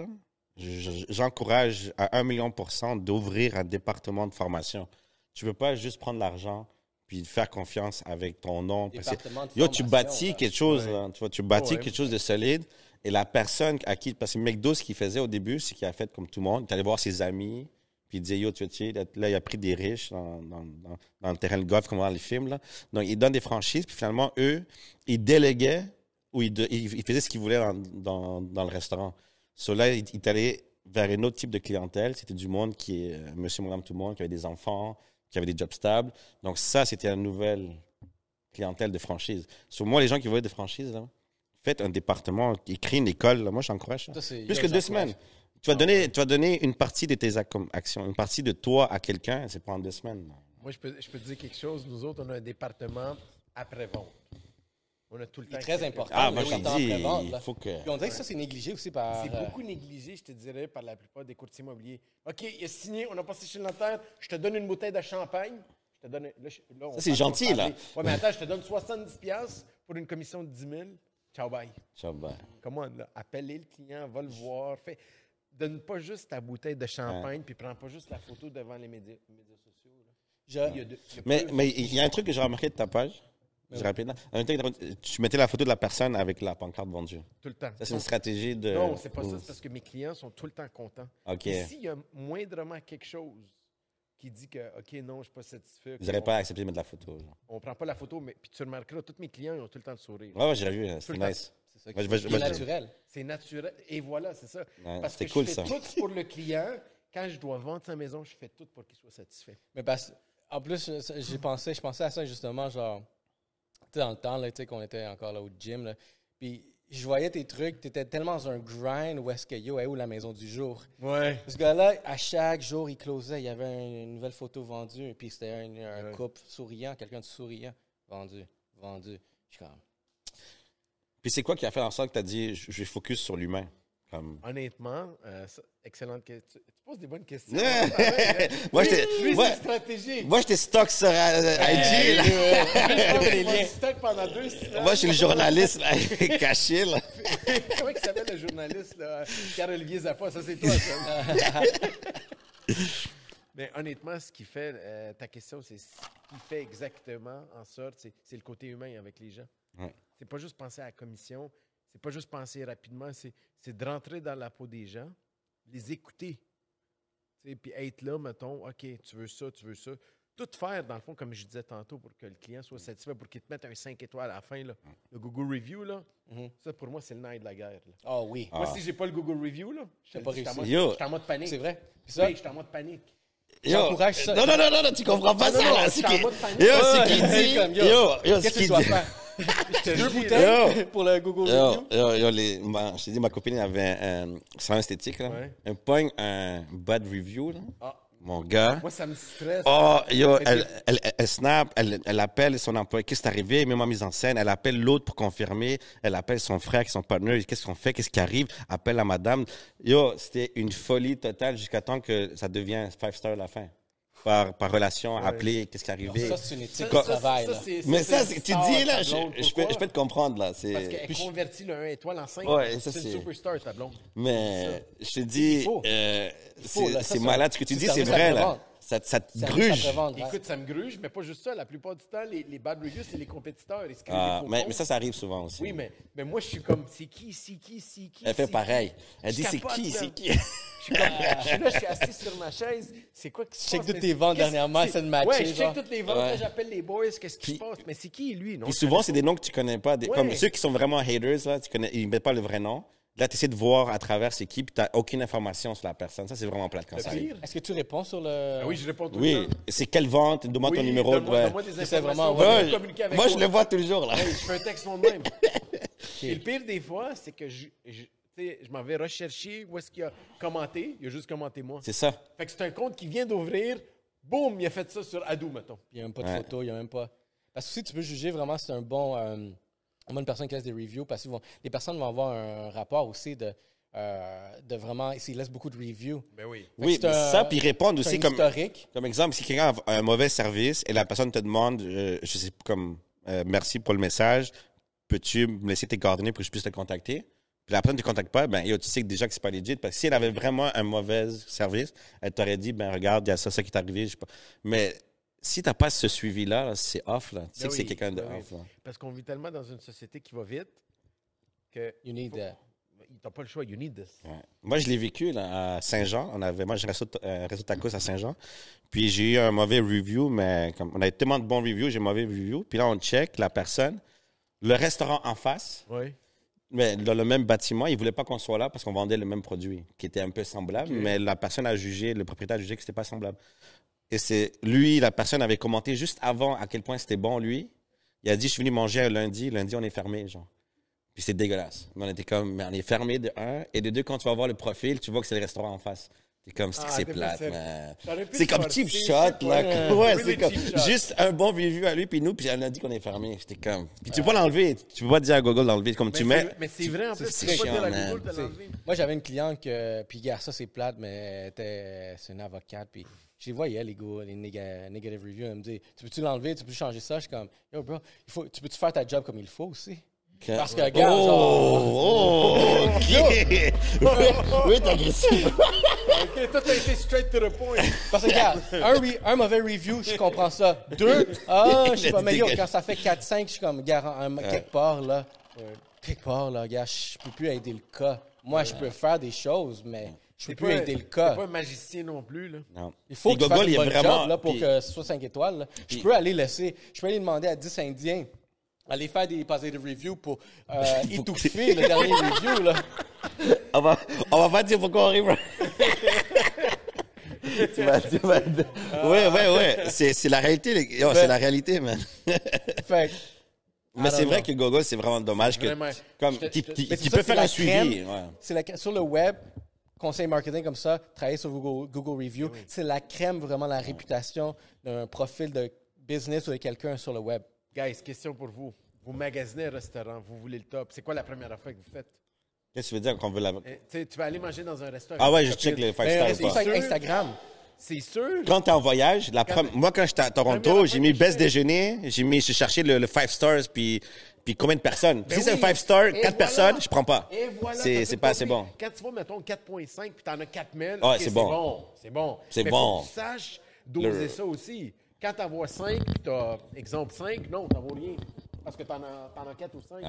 je- je- j'encourage à 1 million pour cent d'ouvrir un département de formation. Tu ne peux pas juste prendre l'argent puis faire confiance avec ton nom. parce que-
Département de
yo, tu
formation,
bâtis
là.
quelque chose,
Ouais.
là, tu vois, tu bâtis
Ouais.
quelque chose de solide. Et la personne à qui... Parce que McDo, ce qu'il faisait au début, c'est qu'il a fait comme tout le monde. Il est allé voir ses amis, puis il disait, yo, tu vois, tu sais, là, là, il a pris des riches dans, dans- dans- dans le terrain de golf, comme dans les films. Là. Donc, ils donnent des franchises, puis finalement, eux, ils déléguaient où il, de- il- il faisait ce qu'il voulait dans, dans- dans le restaurant. So là, il, il est allé vers un autre type de clientèle. C'était du monde qui est euh, monsieur, madame, tout le monde, qui avait des enfants, qui avait des jobs stables. Donc ça, c'était la nouvelle clientèle de franchise. Sur moi, les gens qui voulaient des franchises, là, faites un département, et créez une école. là. moi, j'encourage ça.
Ça, c'est-
Plus
yo,
que deux
j'encourage. Ah
semaines. Tu vas, donner, tu vas donner une partie de tes ac- comme actions, une partie de toi à quelqu'un, c'est pas en deux semaines.
Moi, je peux, je peux te dire quelque chose. Nous autres, on a un département après-vente. On a tout le
Il
temps.
est très
quelqu'un.
important.
Ah,
le
moi, j'ai
département
dit,
après-vente,
il
là.
faut que...
Puis on dirait que ça, c'est négligé aussi par...
C'est
euh,
beaucoup négligé, je te dirais, par la plupart des courtiers immobiliers. OK, il a signé, on a passé chez le notaire, je te donne une bouteille de champagne. Je te donne. Là, je- là, on
Ça, c'est
parle- on
gentil, là.
parle- Ouais, mais attends, je te donne 70$ piastres pour une commission de 10 000. Ciao, bye.
Ça va.
Comment, là, appelez le client, va le voir. Fais, donne pas juste ta bouteille de champagne, puis prends pas juste la photo devant les médias, les médias sociaux. là.
je-
Il y a de- il y a
Mais,
plus-
mais il y a un truc que j'ai remarqué de ta page. Je rapide. Un truc que t'as- tu mettais la photo de la personne avec la pancarte vendue.
tout le temps.
Ça, c'est une stratégie de.
Non, c'est pas ça, c'est parce que mes clients sont tout le temps contents.
OK.
Et S'il y a moindrement quelque chose qui dit que, OK, non, je ne suis pas satisfait.
Vous
qu'on-
n'aurez pas accepté de mettre la photo. genre.
On ne prend pas la photo, mais puis tu remarqueras, tous mes clients, ils ont tout le temps le sourire.
Ouais, ouais, j'ai vu. hein,
Tout
C'était
le
nice.
c'est ça
Moi, je-
qui-
je-
qui est
moi, je-
naturel.
C'est naturel. Et voilà, c'est ça.
Ouais,
parce
c'était
que je
cool,
fais
ça.
tout pour le client. Quand je dois vendre sa maison, je fais tout pour qu'il soit satisfait.
Mais parce en plus, je- j'ai pensé, je pensais à ça justement, genre, tu sais, dans le temps, là, tu sais, qu'on était encore là au gym, là, puis je voyais tes trucs, t'étais tellement dans un grind où est-ce que yo, est où la maison du jour?
Ouais.
Ce gars-là, à chaque jour, il closait, il y avait un- une nouvelle photo vendue, puis c'était un, un
Ouais.
couple souriant, quelqu'un de souriant, vendu, vendu. Je suis comme,
Puis c'est quoi qui a fait en sorte que tu as dit je je vais focus sur l'humain comme...
Honnêtement, euh, ça- excellente question. Tu poses des bonnes questions.
Moi,
Ah, Lui-
j'étais-
lui,
moi-
c'est stratégique.
Moi, j'étais stock sur euh, IG. là.
Je
les liens.
stock pendant deux semaines.
Moi, je suis le journaliste là, caché. Là.
Comment il s'appelle le journaliste, là? Pierre-Olivier Zappa, ça c'est toi, ça. Mais honnêtement, ce qui fait, euh, ta question, c'est ce qui fait exactement en sorte, c'est c'est le côté humain avec les gens.
Ouais.
C'est pas juste penser à la commission, c'est pas juste penser rapidement, c'est c'est de rentrer dans la peau des gens, les écouter. Tu sais, Puis être là, mettons, OK, tu veux ça, tu veux ça. Tout faire, dans le fond, comme je disais tantôt, pour que le client soit satisfait, pour qu'il te mette un 5 étoiles à la fin. Là. Le Google Review, là, ça, pour moi, c'est le nerf de la guerre. là.
oh oui,
Ah.
Moi, si j'ai pas le Google Review, là, je
T'as pas
suis en
réussi.
mode-
Yo.
je suis en mode panique.
c'est vrai. Puis ça,
Oui, je suis en mode panique.
Yo.
J'encourage ça.
Non, non, non, non, non, tu comprends pas
Non,
ça.
non,
là,
non,
c'est
je suis en
qui-
mode panique.
Yo, c'est
Ouais,
qui
c'est
dit.
comme, yo,
Yo, yo,
qu'est-ce
ce
que tu
qui
dois
dit.
faire? Deux
dis,
bouteilles pour le Google
Yo,
Review.
yo, yo, les, ma, je t'ai dit, ma copine avait un salon esthétique, là.
Ouais.
Un pogne, un bad review, là. Mon gars.
Moi, ça me stresse.
Oh, yo, Ah. elle, elle, elle- elle snap, elle, elle appelle son employé. Qu'est-ce qui est arrivé? Même en mise en scène, elle appelle l'autre pour confirmer. Elle appelle son frère, qui est son partner. Qu'est-ce qu'on fait? Qu'est-ce qui arrive? Appelle la madame. Yo, c'était une folie totale jusqu'à temps que ça devient five star à la fin. Par, par relation, appeler, qu'est-ce qui est arrivé?
Ça, c'est une éthique de
Ça,
travail. là.
Mais ça, c'est- tu dis, là, je,
Pourquoi?
je peux, je peux te comprendre, là. c'est-
Parce qu'elle convertit le 1 étoile en 5.
Ouais, ça,
c'est une
c'est-
superstar, ta blonde.
Mais je te dis,
faut.
euh,
faut, là,
c'est
ça,
c'est
ça-
malade ce que tu
c'est
dis, c'est
service
vrai,
après-vente.
là. Ça, ça te
Ça- ça
gruge.
revendre, hein.
Écoute, ça me gruge, mais pas juste ça. La plupart du temps, les, les bad reviews, c'est les compétiteurs. Ils se créent
Ah,
des faux
mais,
comptes.
mais ça, ça arrive souvent aussi.
Oui, mais, mais moi, je suis comme, c'est qui, c'est qui, c'est qui?
Elle fait
c'est
pareil.
qui?
Elle
Je
dit, c'est
capote,
qui,
là.
c'est qui?
Je suis comme, je suis là, je suis assis sur ma chaise. C'est quoi qui se
Je check
passe?
toutes
Mais
tes ventes
qu'est-ce-
dernièrement,
c'est-
ça de matcher,
Ouais, je
genre.
check toutes les ventes,
Ouais.
là, j'appelle les boys, qu'est-ce qui
Puis-
se passe? Mais c'est qui, lui? Non,
Puis
je
souvent,
connais
c'est des noms que tu connais pas. des-
Ouais.
Comme ceux qui sont vraiment haters, là, tu connais, ils mettent pas le vrai nom. Là, tu essaies de voir à travers c'est qui, puis tu aucune information sur la personne. Ça, c'est vraiment plate quand
pas.
ça
Le
arrive.
pire?
Est-ce que tu réponds sur le.
Ah Oui, je réponds tout
Oui,
le temps.
c'est quelle vente? Demande ton
Oui,
numéro.
donne-moi-
ouais.
donne-moi des
C'est
informations,
vraiment-
on va
Ouais,
bien communiquer avec
moi, je
toi.
le vois toujours, là.
Hey, je fais un texte moi de même. Et le pire des fois, c'est que je, je, tu sais, je m'en vais rechercher où est-ce qu'il a commenté. Il a juste commenté moi.
C'est ça.
Fait que c'est un compte qui vient d'ouvrir. Boum, il a fait ça sur Adou, mettons.
Il n'y a même pas de
Ouais.
photo, il n'y a même pas. Parce que si tu peux juger vraiment si c'est un bon. euh, une bonne personne qui laisse des reviews, parce que vont- les personnes vont avoir un rapport aussi de, euh, de vraiment. S'ils laissent beaucoup de reviews.
Ben oui.
que
Oui,
c'est
mais
un-
ça, puis répondre
C'est
aussi
un
comme.
historique.
Comme exemple, si quelqu'un a un mauvais service et la personne te demande, euh, je sais pas, comme, euh, merci pour le message, peux-tu me laisser tes coordonnées pour que je puisse te contacter? Puis la personne ne te contacte pas, ben, yo, tu sais que déjà que c'est pas legit. Parce que si elle avait vraiment un mauvais service, elle t'aurait dit, ben, regarde, il y a ça, ça qui est arrivé. je sais pas. Mais si t'as pas ce suivi-là, là, c'est off, là. Tu sais
Ben
que c'est
oui,
quelqu'un de
ben oui.
off, là.
Parce qu'on vit tellement dans une société qui va vite que
You need euh,
Faut-
that.
t'as pas le choix. You need this.
Ouais. Moi, je l'ai vécu là, à Saint-Jean. On avait, moi, j'ai réseau, euh, réseau tacos à Saint-Jean. Puis j'ai eu un mauvais review, mais comme on avait tellement de bons reviews, j'ai un mauvais review. Puis là, on check la personne. Le restaurant en face,
Oui.
mais dans le même bâtiment, il voulait pas qu'on soit là parce qu'on vendait le même produit qui était un peu semblable, mais la personne a jugé, le propriétaire a jugé que c'était pas semblable. Et c'est lui, la personne avait commenté juste avant à quel point c'était bon lui. Il a dit je suis venu manger un lundi, lundi on est fermé genre. Puis c'est dégueulasse. Mais on était comme mais on est fermé de un et de deux quand tu vas voir le profil, tu vois que c'est le restaurant en face. T'es comme c'est que
Ah,
c'est
t'es
plate.
pas sûr.
man.
T'aurais pu
C'est
te
comme
forcer,
cheap
c'est
shot
pas-
là. Ouais,
Really
c'est comme
cheap shot.
juste un bon review à lui puis nous puis on a dit qu'on est fermé. J'étais comme puis tu peux pas l'enlever, tu peux pas dire à Google d'enlever comme tu mets
mais c'est- mais c'est vrai en
c'est-
plus.
c'est
tu peux pas dire à
chiant,
Google
man.
de l'enlever.
Moi, j'avais une cliente que, puis gars, ça c'est plate, mais elle était- euh, c'est une avocate, puis je les voyais, les gars, les néga- negative reviews, elle me dit, tu peux-tu l'enlever, tu peux changer ça? Je suis comme, yo, bro, il faut, tu peux-tu faire ta job comme il faut aussi? Parce que, gars, genre,
Oh, oh, ok. Oui, t'es agressif.
Ok, toi, t'as été straight to the point.
parce que, gars, un, re- un mauvais review, je comprends ça. Deux, ah, je sais pas, mais yo, quand ça fait 4-5, je suis comme, gars, un- quelque part, là, quelque part, là, gars, je peux plus aider le cas. Moi, je peux faire des choses, mais je peux
T'es
plus
pas-
aider le
t'es
cas.
pas un magicien non plus, là.
Non.
Il faut
Puis
que tu fasses
Gogol,
une
il est
bonne
vraiment-
job là, pour
puis-
que ce soit 5 étoiles. là. Je peux aller laisser, je peux aller demander à 10 Indiens aller faire des positive reviews pour euh, étouffer le dernier review. Là.
On va, on va pas dire pourquoi on rit, bro. tu vas, tu vas- Ouais, ouais, ouais. C'est, c'est la réalité, les- yo, c'est la réalité, man.
Fait que-
Mais c'est
Ah, non,
vrai
non.
que Gogol, c'est vraiment dommage que,
Vraiment.
comme,
Je te-
qui,
je te-
qui-
mais
qui
c'est ça,
peut
c'est
faire
la
un suivi.
crème.
ouais.
c'est la crème. sur le web, conseil marketing comme ça, travailler sur Google, Google Review, c'est la crème vraiment la réputation d'un profil de business ou de quelqu'un sur le web.
Guys, question pour vous. Vous magasinez un restaurant, vous voulez le top. C'est quoi la première affaire que vous faites?
Qu'est-ce que tu veux dire qu'on veut la.
Eh, tu sais, tu vas aller manger dans un restaurant.
Ah ouais,
avec
je
une copine.
check les
Mais
five
reste
stars.
ça
pas.
avec Instagram.
C'est sûr?
Quand t'es en voyage, la prom- moi quand j'étais à Toronto, j'ai mis
première
baisse déjeuner, j'ai mis, j'ai cherché le, le five stars puis puis combien de personnes. si c'est un five star,
Ben Et
quatre
voilà.
personnes, je prends pas.
Et voilà, t'as
c'est
tout
c'est pas assez
compris.
bon.
Quand tu vas, mettons, 4.5 puis t'en as 4000,
Ouais,
ok,
c'est
c'est
bon.
bon. C'est bon.
C'est
Mais
bon.
faut que tu saches doser
Le-
ça aussi. Quand t'en vois 5 puis t'as, exemple, 5, non, t'en vaux rien. Parce que t'en as, t'en as 4 ou 5.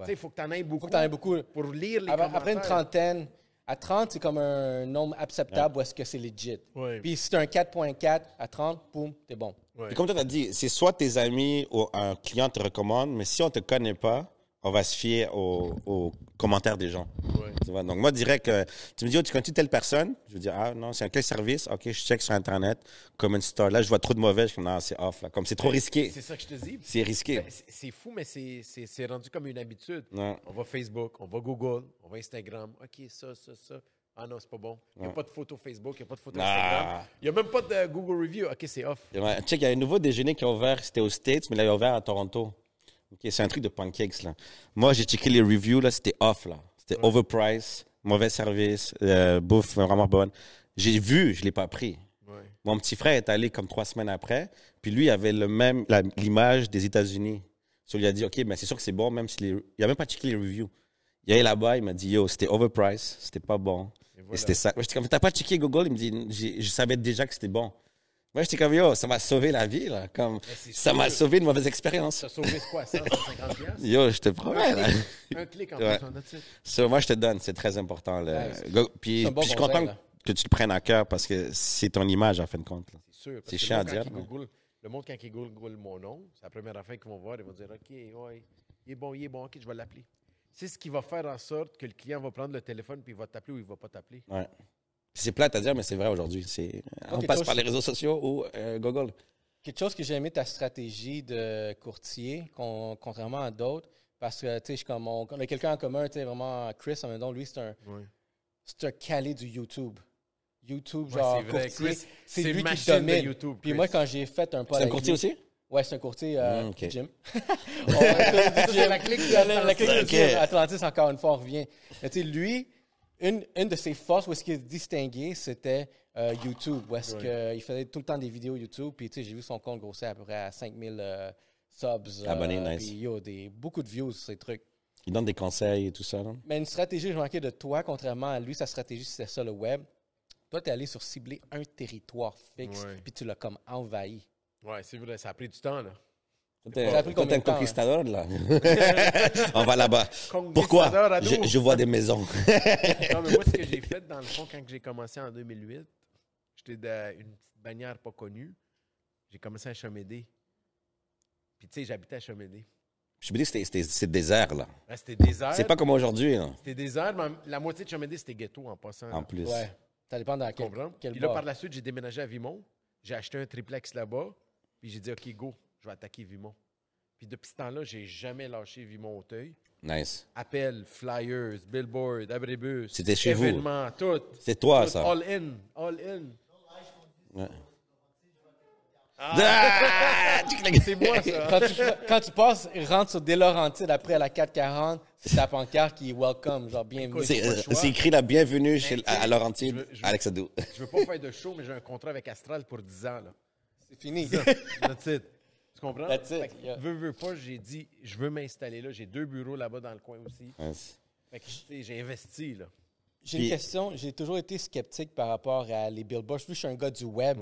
Tu sais, il faut que t'en aies beaucoup.
Faut que t'en aies beaucoup.
Pour lire les
Après,
commentaires.
après une trentaine, à 30, c'est comme un nombre acceptable où est-ce que c'est legit.
Ouais.
Puis si t'as un 4.4 à 30, boum, t'es bon.
Puis Comme toi, t'as dit, c'est soit tes amis ou un client te recommande, mais si on te connaît pas, on va se fier aux, aux commentaires des gens.
Ouais.
Tu vois, Donc, moi, direct, que tu me dis, oh, tu connais telle personne? Je veux dire, ah non, c'est un quel service? OK, je check sur Internet, comme une store. Là, je vois trop de mauvais. Je suis comme, non, c'est off. Là. Comme c'est trop risqué.
Ben, C'est ça que je te dis.
C'est risqué.
Ben, c'est- C'est fou, mais c'est- c'est c'est rendu comme une habitude.
Ouais.
On va Facebook, on va Google, on va Instagram. OK, ça, ça, ça. Ah non, c'est pas bon. Il n'y a
Ouais.
pas de photo Facebook, il n'y a pas de photo
Nah.
Instagram. Il n'y a même pas de Google Review. OK, c'est off.
Ouais, check, il y a un nouveau déjeuner qui a ouvert, c'était aux States, mais là, il a ouvert à Toronto. Ok, c'est un truc de pancakes, là. Moi, j'ai checké les reviews, là, c'était off, là. C'était overpriced, mauvais service, euh, bouffe vraiment bonne. J'ai vu, je l'ai pas pris.
Ouais.
Mon petit frère est allé comme trois semaines après, puis lui avait le même, la- l'image des États-Unis. So, il a dit, OK, mais c'est sûr que c'est bon, même si les, il a même pas checké les reviews. Il est allé là-bas, il m'a dit, yo, c'était overpriced, c'était pas bon.
Et
Et
voilà.
c'était ça. Moi, j'étais comme, t'as pas checké Google? Il me dit, J'ai- je savais déjà que c'était bon. Moi, j'étais comme, yo, ça m'a sauvé la vie, là. Comme,
Ben,
Mais c'est
ça m'a
sûr.
sauvé une mauvaise expérience.
Ça sauvé c'est quoi, 100, 150 piastres?
Yo, je te promets, là.
Un clic en
Ouais.
plus, on a dessus.
So, moi, je te donne, c'est très important. le-
Ouais,
Go- Puis,
c'est un bon
puis je
conseil,
suis content
là.
que tu le prennes à cœur parce que c'est ton image, en fin de compte. là.
C'est sûr. parce
C'est
que le
chiant à
monde, quand
dire,
ils
mais-
Google- le monde, quand ils Google mon nom, c'est la première affaire qu'ils vont voir. Ils vont dire OK, ouais, il est bon, il est bon, OK, je vais l'appeler. C'est ce qui va faire en sorte que le client va prendre le téléphone puis il va t'appeler ou il va pas t'appeler.
Ouais. Puis C'est plate à dire, mais c'est vrai aujourd'hui. C'est... On
quelque
passe
chose-
par les réseaux sociaux ou euh, Google.
Quelque chose que j'ai aimé de ta stratégie de courtier, con- contrairement à d'autres, parce que, tu sais, je suis comme, on, on a quelqu'un en commun, tu sais, vraiment, Chris, en même temps, lui, c'est un,
Ouais.
c'est un calé du YouTube. YouTube,
Ouais,
genre,
c'est vrai,
courtier,
Chris,
c'est
c'est
lui qui
machine de
domine.
YouTube,
Puis
Chris.
moi, quand j'ai fait un pas
C'est un
avec
courtier
lui-
aussi?
Ouais, c'est un courtier euh,
Mm, ok.
du gym. On va être du gym.
la clique de
La- la clique du
Atlantis.
gym.
Ok.
Atlantis, encore une fois, on revient. Mais tu sais, lui, une, une de ses forces, où est-ce qu'il est distingué, c'était euh, YouTube. Où est-ce
Ouais.
qu'il faisait tout le temps des vidéos YouTube. Puis tu sais, j'ai vu son compte grossir à peu près à 5000 euh, subs. euh,
Abonnés, nice.
Puis yo, des, beaucoup de views sur ces trucs.
Ils donnent des conseils et tout ça. là.
Mais une stratégie, je manquais de toi, contrairement à lui, sa stratégie, c'était ça, le web. Toi, tu es allé sur cibler un territoire fixe,
Ouais.
puis tu l'as comme envahi.
Ouais, c'est vrai, ça a pris du temps, là.
Toi, t'es-
Ça a pris
toi,
combien
t'es un
de temps, hein?
conquistador, là. On va là-bas.
Conquistador
Pourquoi?
à
Je,
dos.
je vois des maisons.
Non, mais moi, ce que j'ai fait, dans le fond, quand j'ai commencé en 2008, j'étais dans une petite bannière pas connue. J'ai commencé à Chamédé. Puis, tu sais, j'habitais à Chamédé.
Je me dis, c'était- c'était- c'est désert, là.
Là, c'était désert.
C'est pas comme aujourd'hui, là,
C'était désert, mais la moitié de Chamédé, c'était ghetto en passant.
en
là.
plus.
Ouais. Ça dépend dans
Tu
quel,
comprends?
quel
Puis là,
bar.
par la suite, j'ai déménagé à Vimont. J'ai acheté un triplex là-bas. Puis j'ai dit, OK, go, je vais attaquer Vimont. Puis depuis ce temps-là, j'ai jamais lâché Vimont-Auteuil.
Nice.
Appels, flyers, billboards, abrébus.
C'était chez vous.
Événements, tout.
C'est toi,
Tout,
ça.
All in, all in.
Ouais. Ah!
C'est moi, ça.
quand, tu, quand tu passes, rentre sur Des Laurentides après à la 440, c'est ta pancarte qui est welcome, genre bienvenue.
C'est euh,
pas le choix.
c'est écrit la bienvenue chez,
tu sais,
à, à Laurentide,
je veux- je veux-
Alex Adou.
Je veux pas faire de show, mais j'ai un contrat avec Astral pour 10 ans. Là.
C'est fini.
That's it. Tu comprends?
That's it,
Fait que,
yeah.
Veux, veux pas, j'ai dit, je veux m'installer là. J'ai deux bureaux là-bas dans le coin aussi.
Nice.
Fait que, tu sais, j'ai investi, là.
J'ai
Puis-
une question. J'ai toujours été sceptique par rapport à les billboards. Vu que je suis un gars du web,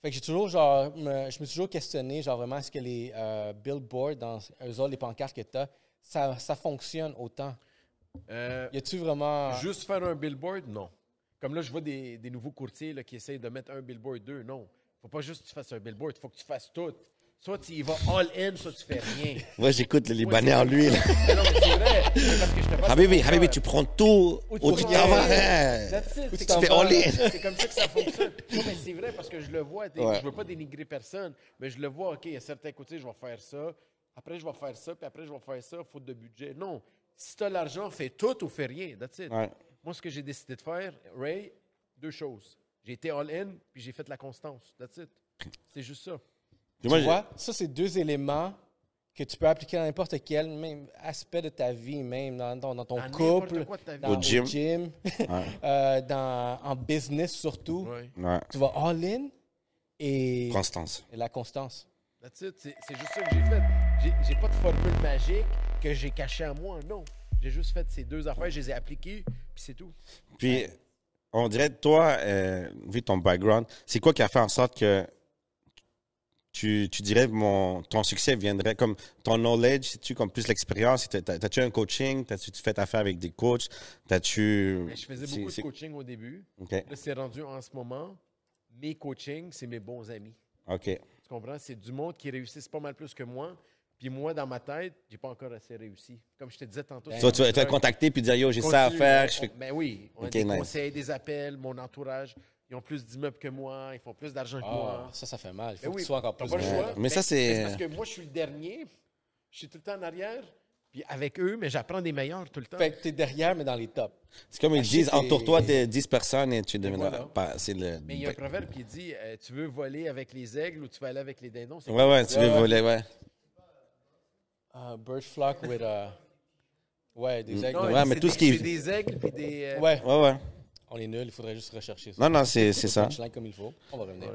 Fait que j'ai toujours, genre, me- je me suis toujours questionné, genre, vraiment, est-ce que les euh, billboards, dans eux autres, les pancartes que tu as, ça, ça fonctionne autant?
Euh,
Y a-tu vraiment.
Juste faire un billboard, non. Comme là, je vois des, des nouveaux courtiers là, qui essayent de mettre un billboard, deux, non. Faut pas juste que tu fasses un billboard, faut que tu fasses tout. Soit tu y vas all-in, soit tu fais rien.
Moi, j'écoute le Libanais en lui. Là.
Mais non, mais c'est vrai. C'est parce que je te parle
Habibi,
de
Habibi,
mon
tu prends tout
Ou tu
où tu
prends-
t'en vas. hein.
That's it. C'est
Tu
comme
fais
ça.
all in.
C'est comme ça que ça fonctionne. Non, mais c'est vrai parce que je le vois. t'es-
Ouais.
Je veux pas dénigrer personne, mais je le vois. OK, il y a certains côtés, je vais faire ça. Après, je vais faire ça. Puis après, je vais faire ça. Faute de budget. Non. Si tu as l'argent, fais tout ou fais rien. That's it.
Ouais.
Moi, ce que j'ai décidé de faire, Ray, deux choses. J'ai été all-in, puis j'ai fait la constance. That's it. C'est juste ça.
Puis
Tu
moi, j'ai-
vois, ça, c'est deux éléments que tu peux appliquer dans n'importe quel même aspect de ta vie, même dans, dans- dans ton
Dans n'importe
couple,
quoi de ta vie.
dans-
Au gym.
euh, dans- en business surtout.
Ouais.
Ouais.
Tu vas all-in et,
Constance.
et la constance.
That's it. C'est c'est juste ça que j'ai fait. J'ai- J'ai pas de formule magique que j'ai cachée à moi. Non. J'ai juste fait ces deux affaires, je les ai appliquées, puis c'est tout.
Puis, on dirait, toi, euh, vu ton background, c'est quoi qui a fait en sorte que tu, tu dirais mon ton succès viendrait comme ton knowledge, c'est-tu comme plus l'expérience? T'as- t'as- T'as-tu un coaching? T'as-tu tu fais affaire avec des coachs? T'as-tu.
Mais Ben, je faisais
c'est-
beaucoup de
c'est-
coaching au début.
OK.
Là, c'est rendu en ce moment. Mes coachings, c'est mes bons amis.
OK.
Ben, Tu comprends? C'est du monde qui réussissent pas mal plus que moi. Puis moi, dans ma tête, j'ai pas encore assez réussi. Comme je te disais tantôt.
Tu vas tu vas te faire contacter puis dire, yo, j'ai ça à faire. Je fais...
Mais oui, on
Ok,
a des
nice.
conseils, des appels, mon entourage. Ils ont plus d'immeubles que moi, ils font plus d'argent que
Ah,
moi.
ça, ça fait mal. Il faut
Ben
que
oui,
tu sois encore
t'as
plus.
pas le
bon.
choix.
Mais ça, c'est-
c'est parce que moi, je suis le dernier. Je suis tout le temps en arrière. Puis avec eux, mais j'apprends des meilleurs tout le temps.
Fait que t'es derrière, mais dans les tops.
C'est comme ils
Acheter
disent,
tes-
entoure-toi de 10 personnes et tu deviendras.
voilà.
pas- C'est le.
Ben,
ben,
mais il y a un proverbe qui dit euh, Tu veux voler avec les aigles ou tu vas aller avec les dindons C'est
Ouais, ouais, tu veux
Ouais, ouais.
voler, ouais.
Uh, bird flock with a. Ouais, des aigles.
Non,
Ouais,
Ouais,
c'est
mais tout
des-
ce qui-
C'est des aigles puis des. euh,
Ouais,
Ouais, ouais.
on est nuls, il faudrait juste rechercher ça.
Non, non, c'est c'est ça.
Punchline comme il faut. On va revenir.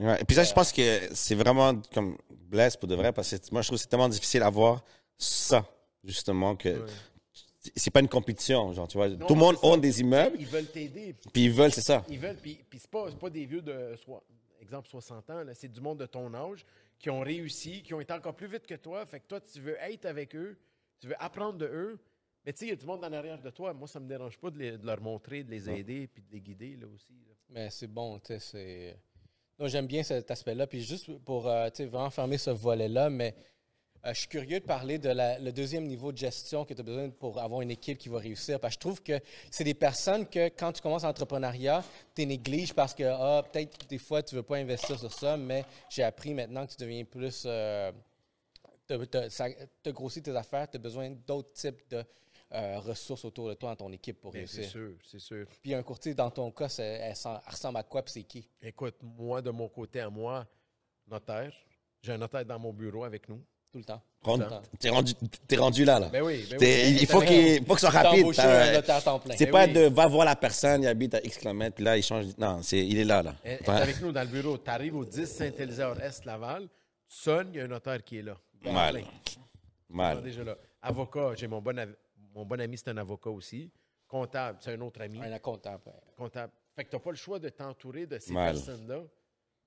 Ouais. Et puis ça, je pense que c'est vraiment comme blesse pour de vrai, parce que moi, je trouve que c'est tellement difficile à voir ça, justement, que c'est pas une compétition, genre, tu vois. Tout le
non,
monde
c'est ça.
own des immeubles,
Ils veulent t'aider.
puis ils veulent, c'est ça.
Ils veulent, puis, puis c'est pas, c'est pas des vieux de, soi- exemple, 60 ans, là, c'est du monde de ton âge qui ont réussi, qui ont été encore plus vite que toi. Fait que toi, tu veux être avec eux, tu veux apprendre de eux. Mais tu sais, il y a du monde en arrière de toi. Moi, ça me dérange pas de, les- de leur montrer, de les aider, puis de les guider, là aussi. là.
Mais c'est bon, tu sais, c'est. Non, j'aime bien cet aspect-là. Puis juste pour euh, tu sais, vraiment fermer ce volet-là, mais euh, je suis curieux de parler de la- le deuxième niveau de gestion que tu as besoin pour avoir une équipe qui va réussir. Parce que je trouve que c'est des personnes que quand tu commences l'entrepreneuriat, tu les négliges parce que ah, peut-être des fois tu veux pas investir sur ça, mais j'ai appris maintenant que tu deviens plus. euh, t'as- t'as- ça- t'as grossi tes affaires, tu as besoin d'autres types de euh, ressources autour de toi dans ton équipe pour
Mais C'est
réussir.
sûr, c'est sûr.
Puis un courtier, dans ton cas, ça- elle, s'en- elle ressemble à quoi puis c'est qui?
Écoute, moi, de mon côté à moi, notaire, j'ai un notaire dans mon bureau avec nous.
Tout le temps.
Rendu-
Tout le temps.
T'es rendu, t'es rendu là, là.
Ben oui, ben
T'es-
oui.
il faut qu'il faut que ce soit rapide.
T'embaucher
t'as-
un notaire à temps plein.
C'est
Ben
pas
oui.
de va voir la personne, il habite à X km, puis là, il change. Non, c'est il est là, là.
Elle- elle est
Ouais.
avec nous dans le bureau. Tu arrives au 10 Saint-Éliseur-Est Laval, tu sonnes, il y a un notaire qui est là. Ben,
Mal.
plein.
Mal.
Ah, déjà là. Avocat, j'ai mon bon, av- mon bon ami, c'est un avocat aussi. Comptable, c'est un autre ami.
Un comptable.
Comptable. Fait que t'as pas le choix de t'entourer de ces
Mal.
personnes-là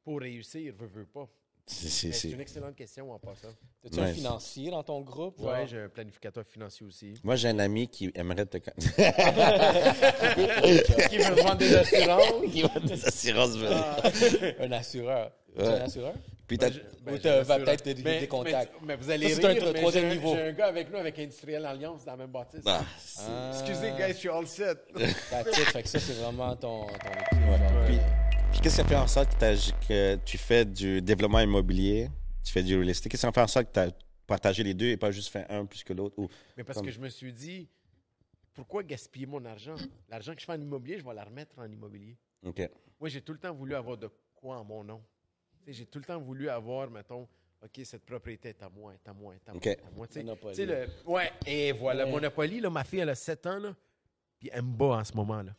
pour réussir, veux, veux pas.
C'est- c'est-
Mais C'est
c'est-
une excellente question en passant.
T'es-tu un
Nice.
financier dans ton groupe?
Ouais,
genre?
j'ai un planificateur financier aussi.
Moi, j'ai un ami qui aimerait te.
Qui veut vendre des assurances?
qui va des assurances. mais-
Ah.
un assureur. T'es un assureur?
Puis t'as-
Ou
Ben, j'ai un
t'as- va
assureur.
peut-être des-
Mais-
des contacts.
Mais, mais vous allez
Ça, c'est un
rire,
tro-
mais
troisième
j'ai un-
niveau.
J'ai un gars avec nous, avec Industriel Alliance, dans la même bâtisse.
Ah,
Excusez, guys, je suis all set.
That's it. Fait que ça, c'est vraiment ton, ton équipe. genre.
Puis, puis qu'est-ce qui a fait en sorte que, t'as- que tu fais du développement immobilier, tu fais du real estate? Qu'est-ce qui a fait en sorte que tu as partagé les deux et pas juste fait un plus que l'autre? Ou...
Mais parce
Comme-
que je me suis dit, pourquoi gaspiller mon argent? L'argent que je fais en immobilier, je vais la remettre en immobilier.
OK.
Moi, j'ai tout le temps voulu avoir de quoi en mon nom. Tu sais, J'ai tout le temps voulu avoir, mettons, OK, cette propriété est à moi, est à moi, est à moi,
OK.
est à moi. Tu sais,
Monopoly.
tu sais, le- ouais, et voilà,
Ouais.
Monopoly, là, ma fille, elle a 7 ans, là, puis elle me bat en ce moment. Là.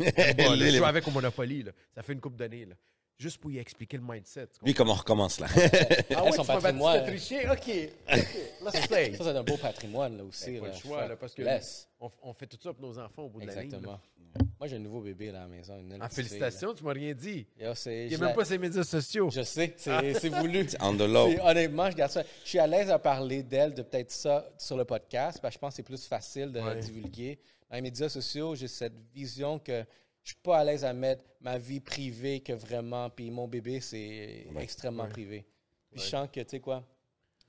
Elle me bat, là.
lui,
je
il
joue
est-
avec au Monopoly, là. ça fait une coupe d'années. là. Juste pour y expliquer le mindset. tu
lui, comment on recommence là?
comprends? Ah
Elles
ouais,
sont
tu m'as battu,
patrimoine.
t'as triché? OK, OK, let's play.
Ça, c'est un beau patrimoine, là aussi.
Ben, pas
là.
le choix,
Fuck.
là, parce que
Laisse.
on, f- on fait tout ça pour nos enfants au bout de la ligne. là.
Exactement. Moi, j'ai un nouveau bébé là, à la maison. Une
Ah,
petite fille, là.
félicitations, tu m'as rien dit.
Yo, c'est-
Il n'y a
je
même
la-
pas ses médias sociaux.
Je sais,
Ah.
c'est c'est voulu.
On the low.
C'est- Honnêtement, je garde ça. Je suis à l'aise à parler d'elle, de peut-être ça sur le podcast, parce que je pense que c'est plus facile de
Ouais.
divulguer. Dans les médias sociaux, j'ai cette vision que je suis pas à l'aise à mettre ma vie privée que vraiment, puis mon bébé, c'est extrêmement privé. Puis Je sens que, tu sais quoi,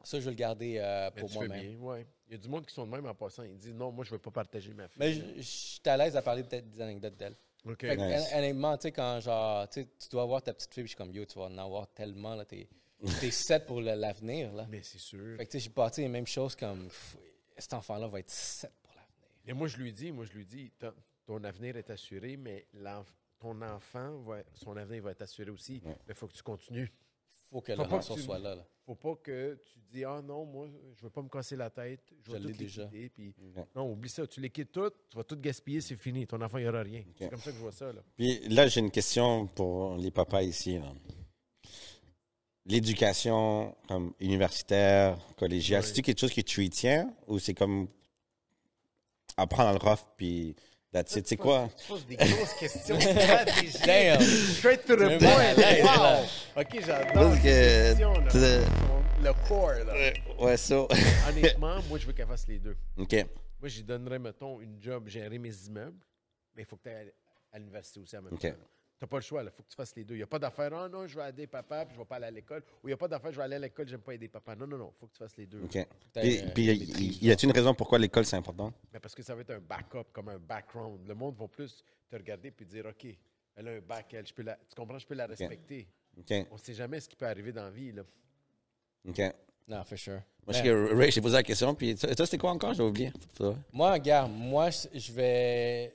ça, je vais le garder euh,
Mais
pour
Ben, tu fais
moi-même.
bien, ouais. Il y a du monde qui sont de même en passant. Ils disent non, moi, je ne veux pas partager ma fille.
Mais je je suis à l'aise à parler peut-être des anecdotes d'elle.
OK.
Fait que,
Nice.
hon- honnêtement, tu sais, quand genre, tu sais, tu dois avoir ta petite fille, puis je suis comme, yo, tu vas en avoir tellement, là, t'es t'es set pour le- l'avenir, là.
Mais c'est sûr.
Fait que, tu sais, j'ai bâti les mêmes choses comme, pff, cet enfant-là va être set pour l'avenir.
Et moi, je lui dis, moi, je lui dis, ton, ton avenir est assuré, mais l'enf- ton enfant, va- son avenir va être assuré aussi. Mais il faut que tu continues.
Faut que
Faut
le
pas que
renseau
tu-
soit là, là.
faut pas que tu dis, ah non, moi, je veux pas me casser la tête. Je vais
Je
tout
l'ai déjà. Mm.
liquider. Puis, Non, oublie ça. Tu liquides tout, tu vas tout gaspiller, c'est fini. Ton enfant, il n'y aura rien. C'est comme ça que je vois ça. Là.
Puis là, j'ai une question pour les papas ici. là. L'éducation comme universitaire, collégiale, c'est-tu quelque chose que tu y tiens ou c'est comme apprendre le rough puis that's it? C'est quoi?
Je pose des grosses questions stratégiques.
Damn!
Straight to the
Tu m'as mal à l'aise,
point.
là.
Wow. OK, j'adore
Parce
cette
que-
question, là.
Euh,
Le core, là.
Ouais, ça.
Honnêtement, moi, je veux qu'elle fasse les deux.
OK.
Moi, j'y donnerais, mettons, une job, gérer mes immeubles, mais il faut que tu ailles à l'université aussi en même
OK.
temps. Tu n'as pas le choix, il faut que tu fasses les deux. Il n'y a pas d'affaire, ah non, je vais aider papa, puis je ne vais pas aller à l'école. Ou il n'y a pas d'affaire, je vais aller à l'école, j'aime pas aider papa. Non, non, non, il faut que tu fasses les deux.
OK.
T'as,
Puis,
euh,
puis y, y- y a-t-il une raison pourquoi l'école, c'est important?
Mais parce que ça va être un backup, comme un background. Le monde va plus te regarder puis dire, OK, elle a un bac, elle, je peux la, tu comprends, je peux la respecter.
OK.
On ne sait jamais ce qui peut arriver dans la vie. Là.
OK. Moi,
Non, for sure.
je sais que Ray, j'ai posé la question, puis toi, toi, c'était quoi encore? J'ai oublié. Ça.
Moi, regarde, moi, je- je vais.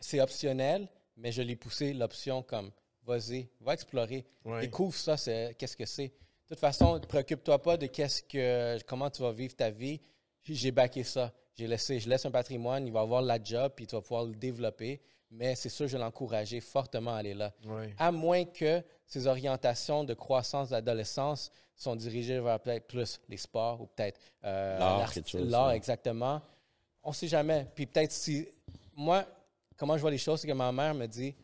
C'est optionnel, mais je l'ai poussé l'option comme vas-y, va explorer,
Ouais.
découvre ça, c'est qu'est-ce que c'est. De toute façon, ne te préoccupe-toi pas de qu'est-ce que, comment tu vas vivre ta vie. J'ai baqué ça. J'ai laissé, je laisse un patrimoine, il va avoir la job, puis tu vas pouvoir le développer. Mais c'est sûr, je vais l'encourager fortement à aller là.
Ouais.
À moins que ces orientations de croissance d'adolescence sont dirigées vers peut-être plus les sports ou peut-être euh,
L'art,
l'art-
quelque chose,
l'art,
ouais.
exactement. On ne sait jamais. Puis peut-être si. Moi, comment je vois les choses, c'est que ma mère me dit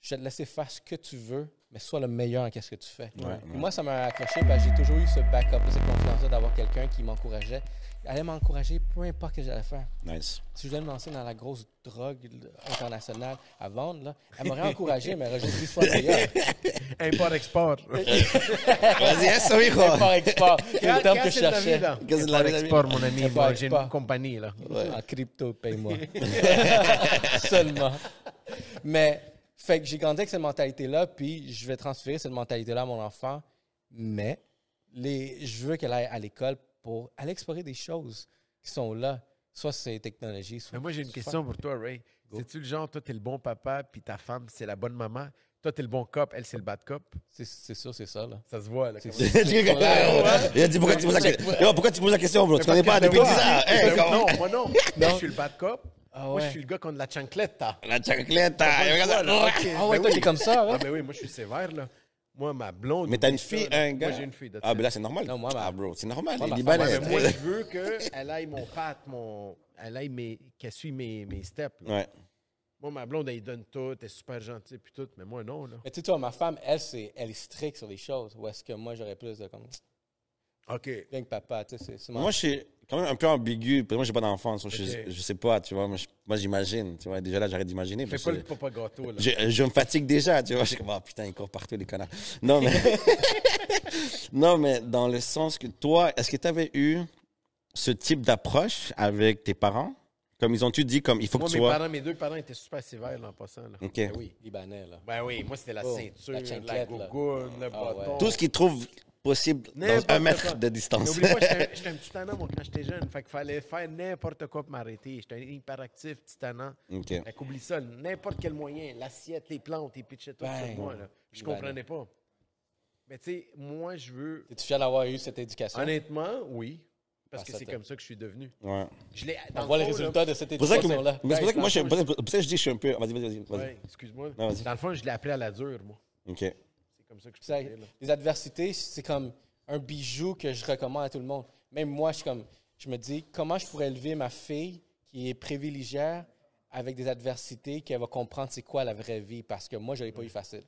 Je vais te laisser faire ce que tu veux, mais sois le meilleur en ce que tu fais. Puis Moi, ça m'a accroché parce que j'ai toujours eu ce backup, cette confiance-là d'avoir quelqu'un qui m'encourageait. Elle allait m'encourager peu importe ce que j'allais faire
Nice.
si je voulais me lancer dans la grosse drogue internationale à vendre, là, elle m'aurait encouragé, mais elle aurait juste dit soit meilleur.
Import-export.
Vas-y, hein, ça, oui, quoi.
Import-export, c'est le terme que je cherchais.
Qu'est-ce que la vie, la vie?
Import-export, mon ami. Moi, J'ai
Import-export.
une compagnie. là.
En Ah, crypto, paye-moi. Seulement. Mais, fait que j'ai grandi avec cette mentalité-là, puis je vais transférer cette mentalité-là à mon enfant, mais les, je veux qu'elle aille à l'école pour aller explorer des choses qui sont là, soit c'est technologie, soit.
Mais moi, j'ai une
soit-
question pour toi, Ray. C'est-tu le genre, toi, t'es le bon papa, puis ta femme, c'est la bonne maman? Toi, t'es le bon cop, elle, c'est le bad cop?
C'est c'est sûr, c'est ça, là.
Ça se voit, là. comment-
Le gars, comme, ah, ouais. Il a dit pourquoi tu poses la question. Yo, pourquoi tu poses la question, bro? Tu connais pas
Parce que
depuis
moi,
10 ans.
je-
Hey,
je-
comment?
non, moi, non. Moi, je suis le bad cop.
Ah
Moi, je
ouais.
suis le gars qui a de la chanclette, t'as.
La choclette. ah, regarde ça.
Ah ouais, toi, t'es comme ça, ouais?
Ah, ben oui, moi, je suis sévère, là. Moi, ma blonde.
Mais t'as une
oublie ça,
fille,
là.
un gars.
Moi, j'ai une fille. that's
Ah,
it.
ben là, c'est normal.
Non, moi, ma-
Ah, bro, c'est normal.
Moi,
Il est
ma femme,
libanais.
Ouais, mais moi, je veux qu'elle aille mon patte, mon... elle aille mes... qu'elle suit mes, mes steps. là.
Ouais.
Moi, ma blonde, elle donne tout, elle est super gentille, puis tout. Mais moi, non, là.
Mais tu sais, toi, ma femme, elle, c'est, elle est stricte sur les choses. Ou est-ce que moi, j'aurais plus de comme.
OK.
Bien que papa, tu sais, c'est, c'est mon-
Moi, je suis quand même un peu ambigu. parce que Moi, j'ai pas d'enfant. so
Ok.
Je, je sais pas, tu vois. Moi, je- moi, j'imagine. Tu vois, déjà là, j'arrête d'imaginer.
Fais
parce
pas
que-
le papa gâteau, là.
Je, je me fatigue déjà, tu vois. Je suis comme, Ah, putain, ils courent partout, les connards. Non, mais. non, mais dans le sens que toi, est-ce que tu avais eu ce type d'approche avec tes parents Comme ils ont-tu dit, comme il faut
Moi,
que
mes
tu vois.
parents, mes deux parents étaient super sévères, là, en passant, là.
Ok.
Ben oui, Libanais, là.
Ben oui, moi, c'était la
Oh,
ceinture,
la
la,
chanclette, là.
gougoune, le
Ah, ouais.
bâton.
Tout ce qu'ils trouvent possible dans
N'importe
un mètre
quoi.
de distance.
N'oublie pas, j'étais un- j'étais un petit tannant, moi, quand j'étais jeune. Fait qu'il fallait faire n'importe quoi pour m'arrêter. J'étais un hyperactif, petit tannant.
Ok.
Fait qu'oublie ça, n'importe quel moyen, l'assiette, les plantes, les pitchets, tout ça,
Bang.
moi, là. Je
Bang.
comprenais pas. Mais tu sais, moi, je veux...
Es-tu fier d'avoir eu cette éducation?
Honnêtement, oui. Parce
Ah,
que
ça
c'est
te-
comme ça que je suis devenu.
Ouais.
Je l'ai...
On
dans le
voit les
fond, là,
résultats de cette
C'est pour ça que,
éducation-là.
mais c'est pour ça que moi, je,
Ouais,
pour ça que- pour ça que je dis, je suis un peu. Vas-y, vas-y, vas-y. vas-y.
Ouais, excuse-moi.
Non, vas-y.
Dans le fond, je l'ai appelé à la dure, moi.
Ok.
C'est comme ça que je
Ça,
suis là.
les adversités, c'est comme un bijou que je recommande à tout le monde. Même moi, je suis comme, je me dis, comment je pourrais élever ma fille qui est privilégiée avec des adversités qu'elle va comprendre c'est quoi la vraie vie parce que moi, je l'ai
Mm.
pas eu facile.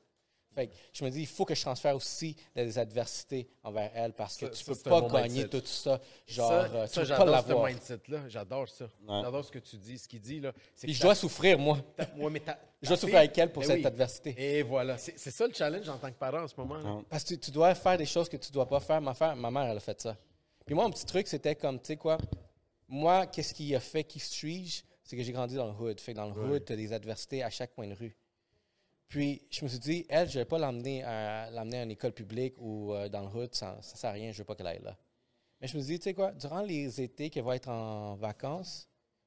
Fait que je me dis, il faut que je transfère aussi des adversités envers elle parce que
Ça,
tu
ça, c'est
peux
un
pas
bon
gagner
mindset.
tout ça. Genre,
Ça,
euh, tu
ça,
peux pas
j'adore ce
l'avoir.
mindset-là. J'adore ça.
Ouais.
J'adore ce que tu dis, ce qu'il dit, là. C'est
Puis
que
je
ta-
dois souffrir, moi.
ta- ouais, mais ta- ta
Je dois
fille-
souffrir avec elle pour
Ben
cette
oui.
adversité.
Et voilà. C'est c'est ça le challenge en tant que parent en ce moment. là.
Ouais.
Parce que tu, tu dois faire des choses que tu dois pas faire. Ma, fa- ma mère, elle a fait ça. Puis moi, un petit truc, c'était comme, tu sais quoi, moi, qu'est-ce qui a fait qui suis-je? C'est que j'ai grandi dans le hood. Fait que dans le hood, tu as des adversités à chaque coin de rue. Puis je me suis dit, elle, je vais pas l'emmener à, l'emmener à une école publique ou euh, dans le hood, ça ne sert à rien, je veux pas qu'elle aille là. Mais je me suis dit, tu sais quoi, durant les étés qu'elle va être en vacances,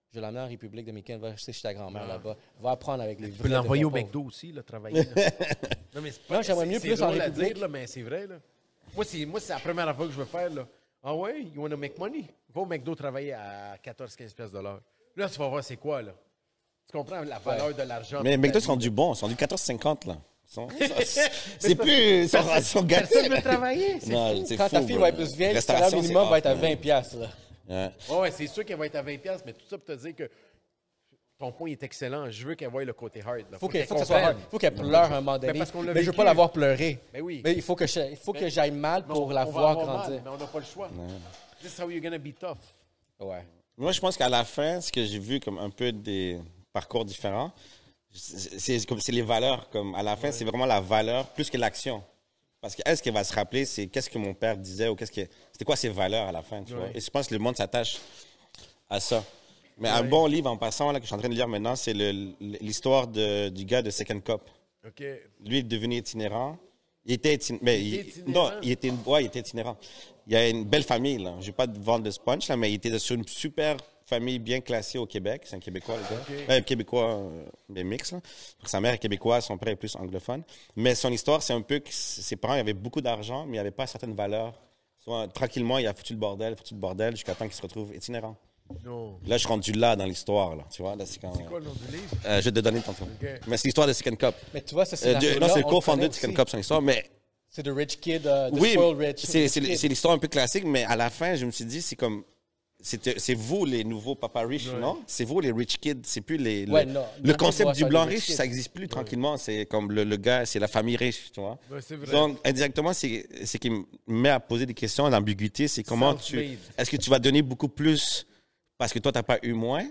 je vais l'emmener en République dominicaine, va rester chez ta grand-mère là-bas, va apprendre avec les
Ah. Tu peux l'envoyer au McDo aussi, là, travailler. là. non, mais c'est pas-
Non, j'aimerais mieux
c'est-
plus
c'est drôle
en
à
République.
dire, là, mais c'est vrai, là. Moi, c'est, moi, c'est la première fois que je veux faire, là. Ah ouais, you wanna make money? Va au McDo travailler à 14-15 piastres de l'heure. Là, tu vas voir c'est quoi, là. Tu comprends la valeur de l'argent.
Mais les
de ta
McDo, ils sont
vie.
du bon. Ils sont du 14,50 là. Ils sont- C'est plus. Ils sont, ils sont gâtés.
Personne veut travailler. c'est
Non, c'est
Quand ta
fou,
fille
bro.
va être plus vieille, le salaire
Restauration, c'est
minimum va
off,
être à
man.
20$. piastres, là.
Ouais.
Ouais, ouais, c'est sûr qu'elle va être à 20$, piastres, mais tout ça pour te dire que ton point est excellent. Je veux qu'elle voie le côté hard. là.
faut qu'elle faut que
qu'elle
ça soit hard.
comprenne.
faut qu'elle pleure un moment donné.
Mais
Mais,
parce qu'on l'a
je veux
vécu.
pas l'avoir pleurer.
Mais oui.
Mais il faut que je- il faut que j'aille mal
Mais
pour
on-
la
on va
voir
avoir mal,
grandir.
mais on n'a pas le choix. This is how you're gonna be tough.
Ouais.
Ben
Moi, je pense qu'à la fin, ce que j'ai vu comme un peu des parcours différents, C'est c'est comme c'est les valeurs. Comme à la fin, c'est vraiment la valeur plus que l'action. Parce que est-ce qu'elle va se rappeler, c'est qu'est-ce que mon père disait ou qu'est-ce que c'était quoi ses valeurs à la fin. Tu vois?
Ouais.
Et je pense que le monde s'attache à ça. Mais un bon livre en passant là que je suis en train de lire maintenant, c'est le- l'histoire de- du gars de Second Cop.
OK.
Lui il est devenu itinérant. Il était, itin- mais
Il
il-
était itinérant?
non, il était, ouais, il était itinérant. Il y a une belle famille là. Je vais pas te vendre de sponge là, mais il était sur une super famille bien classée au Québec. C'est un Québécois le gars.
Ok.
Euh, Québécois, euh, mais mix là. Parce que Sa mère est québécoise, son père est plus anglophone. Mais son histoire, c'est un peu que s- ses parents ils avaient beaucoup d'argent, mais ils n'avaient pas certaines valeurs. Soit, tranquillement, il a foutu le bordel, foutu le bordel, jusqu'à temps qu'il se retrouve itinérant.
Non.
Là, je suis rendu là dans l'histoire là. Tu vois, là c'est quand.
C'est quoi le nom du livre?
Euh, je vais te donner tantôt. Mais c'est l'histoire de Second Cup.
Mais tu vois, ça,
Euh,
c'est.
de- non, c'est le co-founder de Second Cup, son histoire, mais
C'est The Rich Kid, euh, The
oui,
Spoiled Rich.
c'est-
the
c'est
Kid.
c'est l'histoire un peu classique, mais à la fin, je me suis dit, c'est comme. c'était- C'est vous les nouveaux papa riches, non? C'est vous les rich kids, c'est plus les. Le,
Ouais, non,
le
non,
concept
moi,
du
ça,
blanc
les rich
riche, ça
kids.
n'existe plus tranquillement. C'est comme le, le gars, c'est la famille riche, tu vois.
Ouais, c'est vrai.
Donc, indirectement, c'est ce qui me met à poser des questions, l'ambiguïté, c'est comment tu.
Self-made.
Est-ce que tu vas donner beaucoup plus parce que toi, t'as pas eu moins?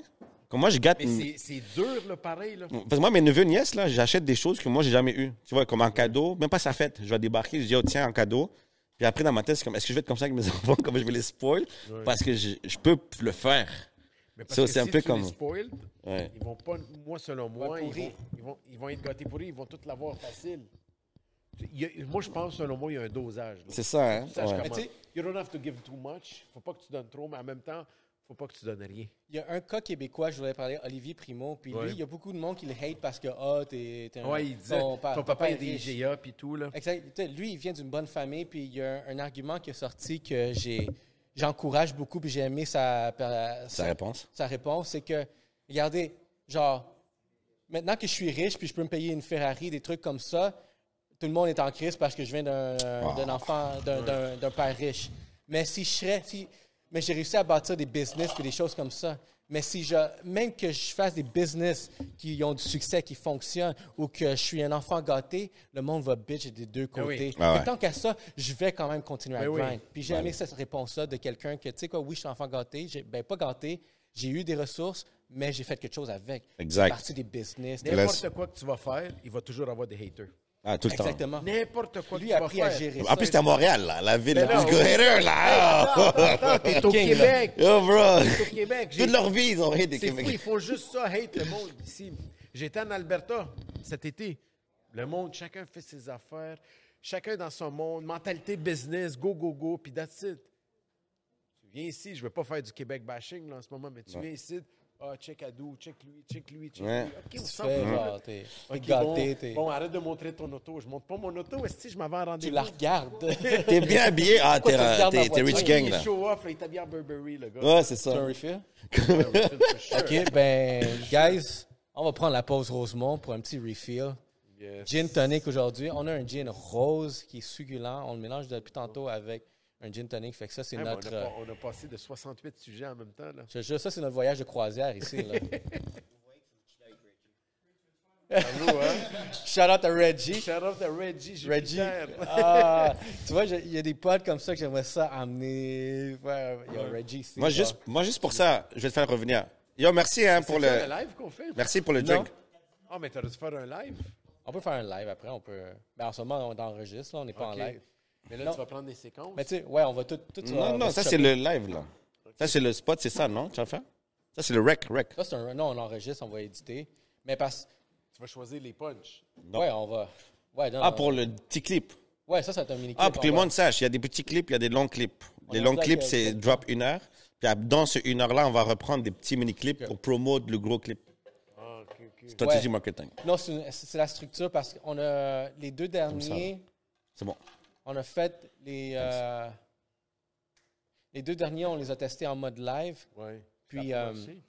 Comme moi, je gâte.
Mais c'est- c'est dur, là, pareil, là.
Parce que moi, mes neveux, nièces, là, j'achète des choses que moi, j'ai jamais eues. Tu vois, comme en cadeau, même pas sa fête. Je vais débarquer, je dis, oh, tiens, en cadeau. Puis après, dans ma tête, c'est comme, est-ce que je vais être comme ça avec mes enfants, comme je vais les spoil? Parce que je, je peux le faire.
Mais
Ça,
parce
c'est
que
un
si
peu
tu les
comme-
spoil,
Ouais.
Ils vont pas, moi selon moi,
Ouais,
ils
pourri.
vont, ils, vont, ils vont être gâtés pourris, ils vont tout l'avoir facile. Tu- il y a- moi je pense selon moi, il y a un dosage. là.
C'est ça, hein?
Tu saches
Ouais.
comment.
Mais tu sais-
You don't have to give too much. Faut pas que tu donnes trop, mais en même temps, faut pas que tu donnes rien.
Il y a un cas québécois, je voulais parler, Olivier Primo. Puis
Ouais.
lui, il y a beaucoup de monde qui le hate parce que, ah, t'es t'es un.
Ouais, il dit,
ton pa-
Ton
ton
papa
père
est des
riche.
IGA puis tout là.
Exact. Tu sais, Lui, il vient d'une bonne famille, puis il y a un, un argument qui est sorti que j'ai, j'encourage beaucoup, puis j'ai aimé sa, pa-
Sa réponse.
sa réponse, c'est que, regardez, genre, maintenant que je suis riche, puis je peux me payer une Ferrari, des trucs comme ça, tout le monde est en crise parce que je viens d'un, d'un enfant, d'un, d'un- d'un père riche. Mais si je serais, si- mais j'ai réussi à bâtir des business puis des choses comme ça. Mais si je, même que je fasse des business qui ont du succès, qui fonctionnent, ou que je suis un enfant gâté, le monde va bitch des deux
Ben oui.
côtés.
Ah
Fait
ouais.
que Tant qu'à ça, je vais quand même continuer à
Ben oui.
grind. Puis j'ai aimé cette réponse-là de quelqu'un que, tu sais quoi, oui, je suis enfant gâté. J'ai- Ben, pas gâté. J'ai eu des ressources, mais j'ai fait quelque chose avec.
Exact.
C'est parti des business. des-
N'importe quoi que tu vas faire, il va toujours avoir des haters.
Ah, tout le temps.
Exactement.
N'importe quoi
Lui
que
a
tu vas
appris à
faire.
gérer ça.
En plus, t'es à Montréal, là, la ville la
non,
plus gros hater, là.
T'es au
King,
Québec.
Yo, bro.
T'es au Québec. J'ai-
Toute leur vie, ils ont rien des
C'est fou, ils
Québécois.
font juste ça, hate le monde ici. J'étais en Alberta cet été. Le monde, chacun fait ses affaires, chacun dans son monde, mentalité business, go, go, go, puis that's it. Tu viens ici, je veux pas faire du Québec bashing là, en ce moment, mais tu viens ici, ah, check Adou, check lui, check lui, check
Ouais.
lui. OK, on
Tu
s'en
fais,
fout, là.
genre, t'es t'es
OK,
gâté.
bon,
t'es-
bon, arrête de montrer ton auto. Je montre pas mon auto, est-ce que je m'en vais en
tu
rendez-vous?
la regardes.
T'es bien habillé. Ah,
Pourquoi
t'es
tu regardes
t'es-
ma
t'es
voiture?
rich
Il est
gang, là. Oh.
show off, là, il est habillé en Burberry, le gars.
Ouais, c'est ça.
Sorry, Phil.
OK.
OK, ben, guys, on va prendre la pause Rosemont pour un petit refill. Gin tonic aujourd'hui. On a un gin rose qui est succulent. On le mélange depuis tantôt avec un gin tonic. Fait que ça, c'est
Hein,
notre. euh,
on, a, pas- on a passé de 68 sujets en même temps. Là.
Je te jure, ça, c'est notre voyage de croisière ici. Là. Shout out à Reggie.
hein. Shout out à Reggie. Jupiter.
Reggie. Ah, tu vois, je- il y a des potes comme ça que j'aimerais ça amener. faire. Yo, Reggie, c'est
Moi
ça.
juste, moi, juste pour ça, je vais te faire revenir. Yo, merci hein, pour
C'est ça,
le.
le live qu'on fait.
Merci pour le
Non.
drink.
Ah, mais t'aurais dû faire un live.
On peut faire un live après. On peut... ben, en ce moment, on enregistre. Là, on n'est pas
Ok.
en live.
Mais là,
Non.
tu vas prendre des séquences.
Mais tu sais, ouais, on va tout. tout on va-
Non,
on
non,
va
ça
se
c'est
choper.
le live là. Ça c'est le spot, c'est ça, non? Tu vas faire? Ça c'est le rec, rec.
Ça, c'est un... Non, on enregistre, on va éditer. Mais parce.
Tu vas choisir les punchs.
Ouais, on va. Ouais, non,
Ah,
non.
pour le petit clip.
Ouais, ça, ça va être un mini
Ah, pour que le monde sache, il y a des petits clips, il y a des longs clips. Les
est
longs
rendu à
clips,
quel-
c'est
quel
drop une heure. Puis à- dans ce une heure-là, on va reprendre des petits mini-clips pour promouvoir le gros clip.
Ah, ok, ok.
Stratégie
Ouais.
marketing.
Non, c'est une- c'est la structure parce qu'on a les deux derniers.
C'est bon.
On a fait les. euh, les deux derniers, on les a testés en mode live.
Ouais.
Puis,
Ça a
euh,
marché.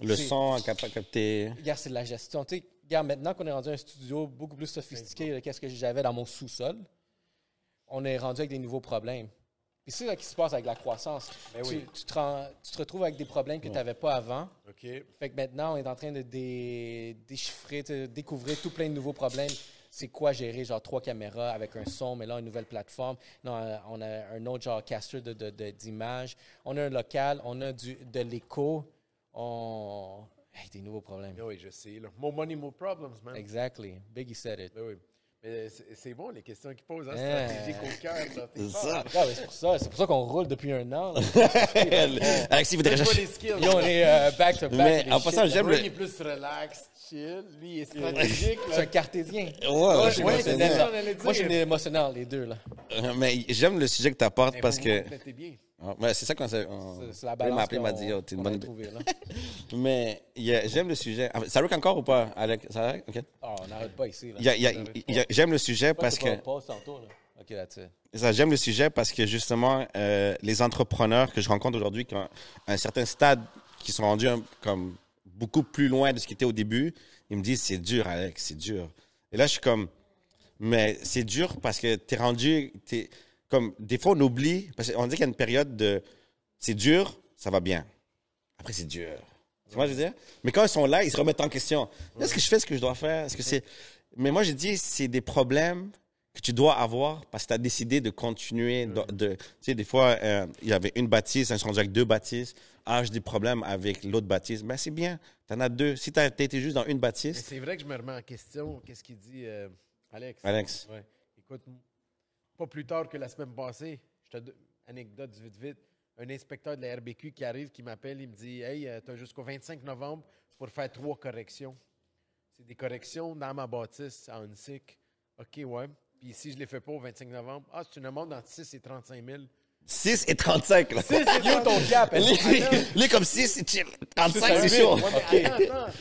Le
C'est-
son, cap- capté.
Regarde, c'est de la gestion. Tu sais, regarde, maintenant qu'on est rendu à un studio beaucoup plus sophistiqué de qu'est-ce que j'avais dans mon sous-sol, on est rendu avec des nouveaux problèmes. Puis c'est ça qui se passe avec la croissance.
Ben
tu,
oui.
tu te rends- tu te retrouves avec des problèmes que tu n'avais pas avant.
OK.
Fait que maintenant, on est en train de dé- déchiffrer, tu sais, découvrir tout plein de nouveaux problèmes. C'est quoi gérer genre trois caméras avec un son, mais là, une nouvelle plateforme. Non, euh, on a un autre genre caster de, de, de- d'images. On a un local, on a du, de l'écho. On... Hey, des nouveaux problèmes.
Mais Ah oui, je sais. Là. More money, more problems, man.
Exactly. Biggie said it.
Mais oui. Mais c'est c'est bon, les questions qu'ils posent. Hein,
Ah.
stratégique au cœur. là. T'es
C'est
fort.
ça.
Ah, mais c'est pour ça, c'est pour ça qu'on roule depuis un an. là.
Alexis voudrait
C'est pas les
chercher.
skills.
Yo, on est euh, back to back.
Mais
les
en
shit,
passant,
là.
j'aime
Ray
le.
est plus relax, chill. Lui, il est stratégique.
C'est un
là.
cartésien.
Ouais, je suis
ouais,
émotionnel.
c'est ça, on allait
Moi, je suis
dire.
émotionnel, les deux. là.
Mais j'aime le sujet que tu apportes
Mais
parce
pour
que.
moi, t'es bien.
Ah, ouais, c'est ça qu'on s'est. on-
C'est- C'est la
Il
balance.
m'a appelé, il m'a
qu'on-
dit, oh, t'es une
qu'on a
bonne.
trouvée, là.
Mais il y a- j'aime le sujet. Ah, Ça rec encore ou pas, Alex? Ça rec? OK.
Ah, on n'arrête pas ici. Là.
Il y a- il y a- il y a- J'aime le sujet parce que.
Pause tantôt, là. OK, that's it.
Ça, j'aime le sujet parce que justement, euh, les entrepreneurs que je rencontre aujourd'hui, qui ont un certain stade, qui sont rendus un- comme beaucoup plus loin de ce qu'ils étaient au début, ils me disent c'est dur, Alex, c'est dur. Et là, je suis comme, mais c'est dur parce que t'es rendu, t'es comme des fois on oublie parce qu'on dit qu'il y a une période de c'est dur, ça va bien. Après c'est dur. Tu vois, ce que je veux dire. Mais quand ils sont là, ils se remettent en question. Est-ce que je fais ce que je dois faire Est-ce que c'est Mais moi, j'ai dit c'est des problèmes que tu dois avoir parce que tu as décidé de continuer. De, de- tu sais, des fois, euh, il y avait une bâtisse, je suis rendu avec deux bâtisses. Ah, j'ai des problèmes avec l'autre bâtisse. Ben, c'est bien, tu en as deux. Si tu as été juste dans une
Mais
bâtisse,
c'est vrai que je me remets en question. Qu'est-ce qu'il dit, euh, Alex?
Alex.
Ouais. Écoute, m- pas plus tard que la semaine passée, je te donne anecdote vite vite. Un inspecteur de la RBQ qui arrive, qui m'appelle, il me dit Hey, tu as jusqu'au 25 novembre pour faire trois corrections. C'est des corrections dans ma bâtisse à Hunsick. OK, ouais. Puis si je les fais pas au 25 novembre, ah, c'est une amende entre 6 et 35 000.
6 et 35. Là.
Yo, ton cap, elle-
Lui, lui, comme 6, c'est chill. 35, c'est
un
chaud.
huit.
Ouais, mais
Ok.
attends, attends.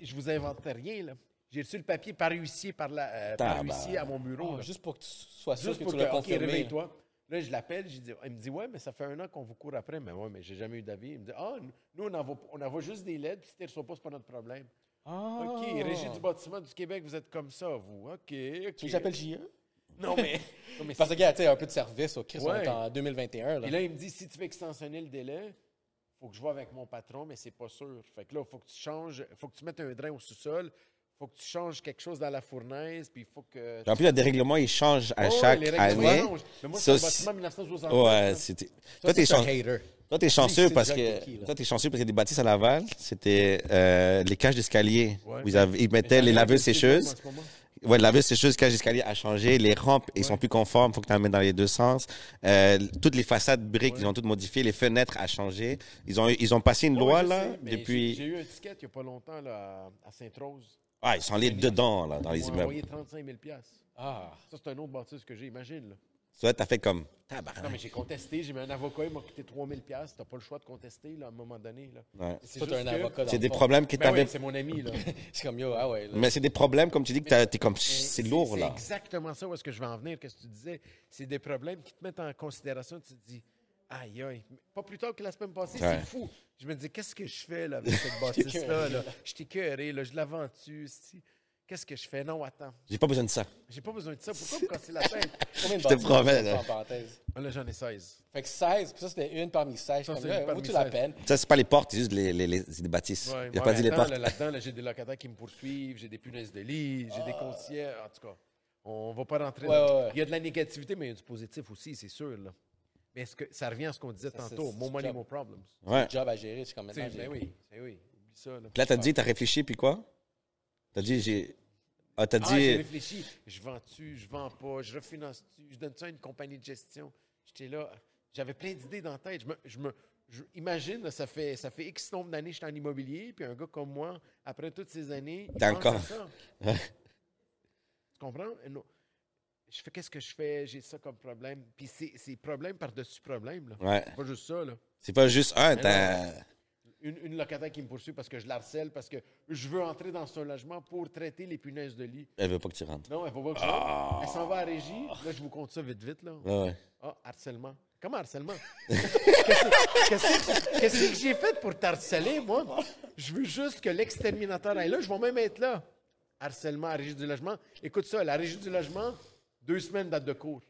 Je vous invente rien, là. J'ai reçu le papier par huissier, par, la, euh, par
Tabarnak.
huissier à mon bureau.
Oh,
là.
Juste pour que tu sois sûr
Juste
que
pour
tu
que,
l'as
OK,
confirmé. là.
réveille-toi. Là, je l'appelle, j'ai dit- il me dit, ouais, mais ça fait un an qu'on vous court après. Mais ouais, mais j'ai jamais eu d'avis. Il me dit, ah, nous, on envoie, on envoie juste des lettres, puis si tu ne reçois pas, c'est pas notre problème.
Ah.
OK, Régie du bâtiment du Québec, vous êtes comme ça, vous. OK, OK.
Tu veux que j'appelle J.E.?
Non, mais... non, mais
Parce que, gars, tu sais, un peu de service au Christ, on
Ouais.
est en 2021. Là.
Et là, il me dit, si tu veux extensionner le délai, faut que je vois avec mon patron, mais c'est pas sûr. Fait que là, faut que tu changes, faut que tu mettes un drain au sous-sol, faut que tu changes quelque chose dans la fournaise, puis il faut que...
En plus, le dérèglement, il change à
Oh,
chaque
les règlements
année.
changent. Mais moi,
Ça,
c'est un
c'est-
bâtiment 1960.
Ouais, c'était. Toi, t'es
c'est un
chanceux.
hater.
Toi, t'es
Lui,
chanceux
c'est
parce
Jacques
que
Cocky, là.
toi, t'es chanceux parce que des bâtisses à Laval, c'était euh, les cages d'escalier.
Ouais.
Vous avez- Ils mettaient les laveuses
Hein?
sécheuses. Ouais, la laveuse sécheuse, cage d'escalier a changé. Les rampes, ils sont plus conformes. Faut que tu en mettes dans les deux sens. Euh, toutes les façades briques, ils ont toutes modifiées. Les fenêtres a changé. Ils ont, ils ont passé une
Ouais,
loi,
je
là,
sais, mais
depuis.
j'ai- J'ai eu un ticket il n'y a pas longtemps là, à- à Sainte-Rose.
Ah, ils sont allés dedans, là, dans les
Ils m'ont
immeubles.
envoyé 35 000 Ça,
Ah.
c'est un autre bâtisse que j'ai, imagine. là.
Ça, t'as fait comme.
Non, mais j'ai
Ah.
contesté. J'ai mis un avocat, il m'a coûté 3 000 Tu n'as pas le choix de contester là, à un moment donné. Là.
Ouais.
C'est
Toi, t'as
juste
un
que-
avocat dans
C'est
le
des
fond.
problèmes que
Ben
t'avais.
oui, c'est mon ami. là.
C'est comme, yo, ah ouais. là.
Mais c'est des problèmes, comme tu dis, que t'as- t'es comme. C'est lourd,
C'est
là.
exactement ça où est-ce que je vais en venir, qu'est-ce que tu disais. C'est des problèmes qui te mettent en considération. Tu te dis, aïe, aïe. Pas plus tard que la semaine passée,
Ouais.
c'est fou. Je me dis, qu'est-ce que je fais là, avec cette bâtisse-là? là? Je t'ai cœuré, là, je l'aventure. Qu'est-ce que je fais? Non, attends.
J'ai pas besoin de ça.
J'ai pas besoin de ça. Pourquoi me casser la tête?
Combien de
Je te
bâtiments
promets,
tu as,
là.
en parenthèse?
Ah, Là, j'en ai 16.
Fait que 16, puis ça, c'était une parmi 16.
Ça,
Comme
c'est
là,
une parmi
vaut-tu la
16.
peine?
Ça, c'est pas les portes, c'est juste les, les, les- c'est des bâtisses.
Ouais,
J'ai
ouais,
pas dit les
attends,
portes.
là, Là-dedans, là, j'ai des locataires qui me poursuivent, j'ai des punaises de lit, j'ai des concierges. En tout cas, on va pas rentrer
Ouais,
dans-
ouais, ouais.
Il y a de la négativité, mais il y a du positif aussi, c'est sûr. Là. Mais est-ce que ça revient à ce qu'on disait
c'est-
tantôt,
c'est
more
du
money,
job.
more problems.
Ouais.
Job à gérer, c'est comme
Tu sais,
maintenant. j'ai-
ben oui, ben oui, oublie ça. Là,
Puis là, t'as dit, t'as réfléchi, puis quoi? T'as dit, j'ai. Ah, t'as
ah, j'ai
dit.
réfléchi, je vends-tu, je vends pas, je refinance-tu, je donne ça à une compagnie de gestion. J'étais là, j'avais plein d'idées dans la tête. Je me, je me- je- imagine, là, ça fait, ça fait X nombre d'années que j'étais en immobilier, puis un gars comme moi, après toutes ces années, il
T'es
pense à
encore-
ça.
Ouais.
Tu comprends? Euh, non. Je fais qu'est-ce que je fais, j'ai ça comme problème. Puis c'est c'est problème par-dessus problème. Là.
Ouais.
Pas juste ça, là.
C'est pas juste un, t'as.
non. Une, une locataire qui me poursuit parce que je la harcèle, parce que je veux entrer dans son logement pour traiter les punaises de lit.
Elle veut pas que tu rentres.
Non, elle va pas que je Elle s'en va à régie. Là, je vous compte ça vite, vite. là.
Ouais, ouais.
Ah, harcèlement. Comment harcèlement? Qu'est-ce- Qu'est-ce que- qu'est-ce que j'ai fait pour t'harceler, moi? Je veux juste que l'exterminateur aille là. Je vais même être là. Harcèlement à régie du logement. Écoute ça, la régie du logement, deux semaines date de cours.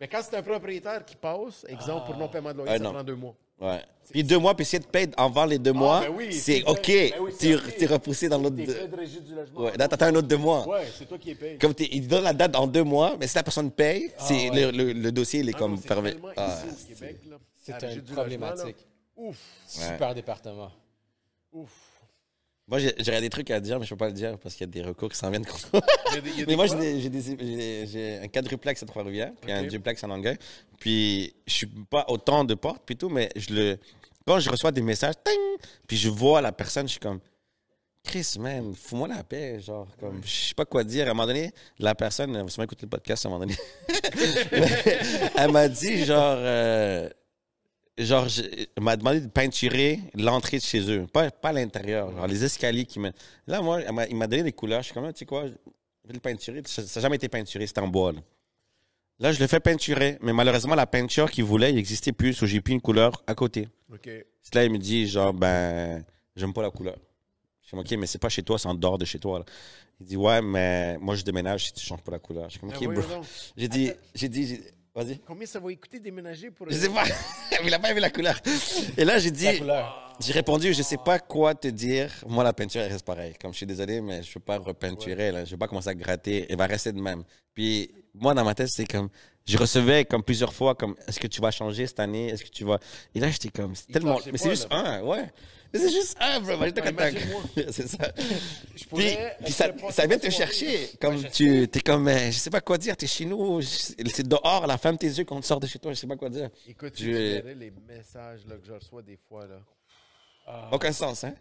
Mais quand c'est un propriétaire qui passe, exemple pour non-paiement de loyer,
Ah,
ça
non.
prend deux mois.
Ouais. Puis deux mois, puis si elle te paye envers les deux mois,
ben oui,
c'est
c'est
OK.
vrai. Ben oui, c'est
t'es,
OK.
t'es repoussé dans l'autre.
T'es
Deux...
fait de régie du logement.
Ouais, là, t'attends un autre deux mois.
Ouais, c'est toi qui es payé.
Comme t'es, il donne la date en deux mois, mais si la personne paye, c'est le, le- le dossier, il est
Ah non,
comme
c'est
fermé.
tellement
Ah,
ici, au Québec, là.
c'est
La
une
régie du logement, là.
problématique.
Ouf,
Super département.
ouf.
Moi, j'ai- j'aurais des trucs à dire, mais je peux pas le dire parce qu'il y a des recours qui s'en viennent contre moi.
Il y a des- il y a
Mais
des
moi, j'ai
quoi?
des- j'ai des- j'ai des- j'ai un quadruplex à Trois-Rivières, puis un
Ok.
duplex à Longueuil. Puis, je suis pas autant de portes, plutôt, mais je le. Quand je reçois des messages, ting, puis je vois la personne, je suis comme. Chris, man, fous-moi la paix, genre, comme, je sais pas quoi dire. À un moment donné, la personne, elle va sûrement écouter le podcast à un moment donné. elle m'a dit, genre, euh, genre, je- elle m'a demandé de peinturer l'entrée de chez eux, pas, pas l'intérieur, genre, les escaliers qui mènent. Là, moi, elle m'a- il m'a donné des couleurs, je suis comme, Ah, tu sais quoi, je vais le peinturer. Ça n'a jamais été peinturé, c'était en bois, là. Là, je le fais peinturer, mais malheureusement, la peinture qu'il voulait, il n'existait plus, ou j'ai plus une couleur à côté.
OK.
Puis Là, il me dit, genre, ben, j'aime pas la couleur. Je suis comme, OK, mais c'est pas chez toi, c'est en dehors de chez toi. là. Il dit, ouais, mais moi, je déménage si tu changes pas la couleur. Je suis comme,
Ah
Ben
OK,
voyons
bro.
donc.
J'ai dit, j'ai dit, j'ai- vas-y.
Combien ça va écouter déménager pour...
Je sais pas. il a pas aimé la couleur. Et là, j'ai dit,
La couleur.
j'ai répondu, je sais pas quoi te dire. Moi, la peinture, elle reste pareille. Comme je suis désolé, mais je peux pas repeinturer. Là. Je vais pas commencer à gratter. Elle va rester de même. Puis, moi, dans ma tête, c'est comme, je recevais comme plusieurs fois, comme, est-ce que tu vas changer cette année? Est-ce que tu vas. Et là, j'étais comme, c'est
Il
tellement.
torche les
Mais c'est
poils,
juste un, ouais. Mais c'est juste un, bro. Imagine-toi
Ouais,
quand t'as-
imagine-moi.
c'est ça.
Je
Puis,
pourrais-
puis
on
ça,
pourrait passer
ça vient
la
te
soirée.
chercher. Comme
je
tu, t'es comme, euh, je sais pas quoi dire, t'es chez nous, je- c'est dehors, la femme tes yeux quand tu sors de chez toi, je sais pas quoi dire.
Écoute,
Je-
tu verrais les messages là, que je reçois des fois. Là.
Aucun sens, hein?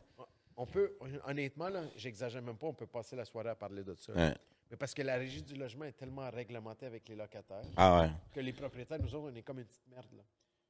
On peut, honnêtement, là, j'exagère même pas, on peut passer la soirée à parler de ça.
Ouais.
Mais parce que la régie du logement est tellement réglementée avec les locataires
Ah ouais.
que les propriétaires, nous autres, on est comme une petite merde. Là.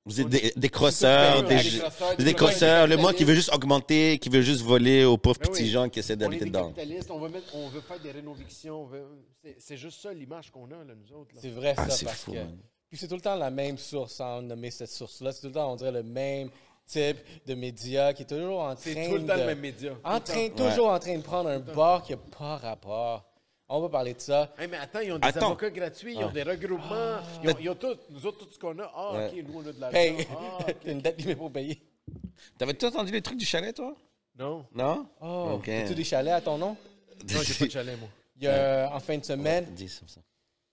Vous êtes des, des crosseurs, des,
Des crosseurs,
des Ben
des
crosseurs, le
capitalistes.
monde qui veut juste augmenter, qui veut juste voler aux pauvres
Mais
petits
oui.
gens qui essaient
On est
d'habiter
des
dedans.
capitalistes, on veut, mettre- on veut faire des rénovictions. on veut- C'est c'est juste ça l'image qu'on a, là, nous autres. là.
C'est vrai,
Ah,
ça,
c'est
parce
fou,
que.
man.
Puis c'est tout le temps la même source, sans nommer cette source-là. C'est tout le temps, on dirait, le même type de média qui est toujours en train
C'est tout le temps
de-
le même média.
En
Tout le
train, toujours en train de prendre un bord qui n'a pas rapport. On va parler de ça.
temps. Hey, mais attends, ils ont des
Attends. Ah.
avocats gratuits, ils ont des regroupements, ils, ont, ils ont tout, nous autres, tout ce qu'on a. Ah,
Ouais.
OK, nous, on a de l'argent.
Paye.
Ah,
T'as une date limite pour payer.
T'avais tout entendu les trucs du chalet, toi?
non,
Non?
Oh,
Ok.
as-tu des chalets à ton nom?
non, j'ai pas de chalet, moi.
Il y a, en fin de semaine,
Dis ça, ça.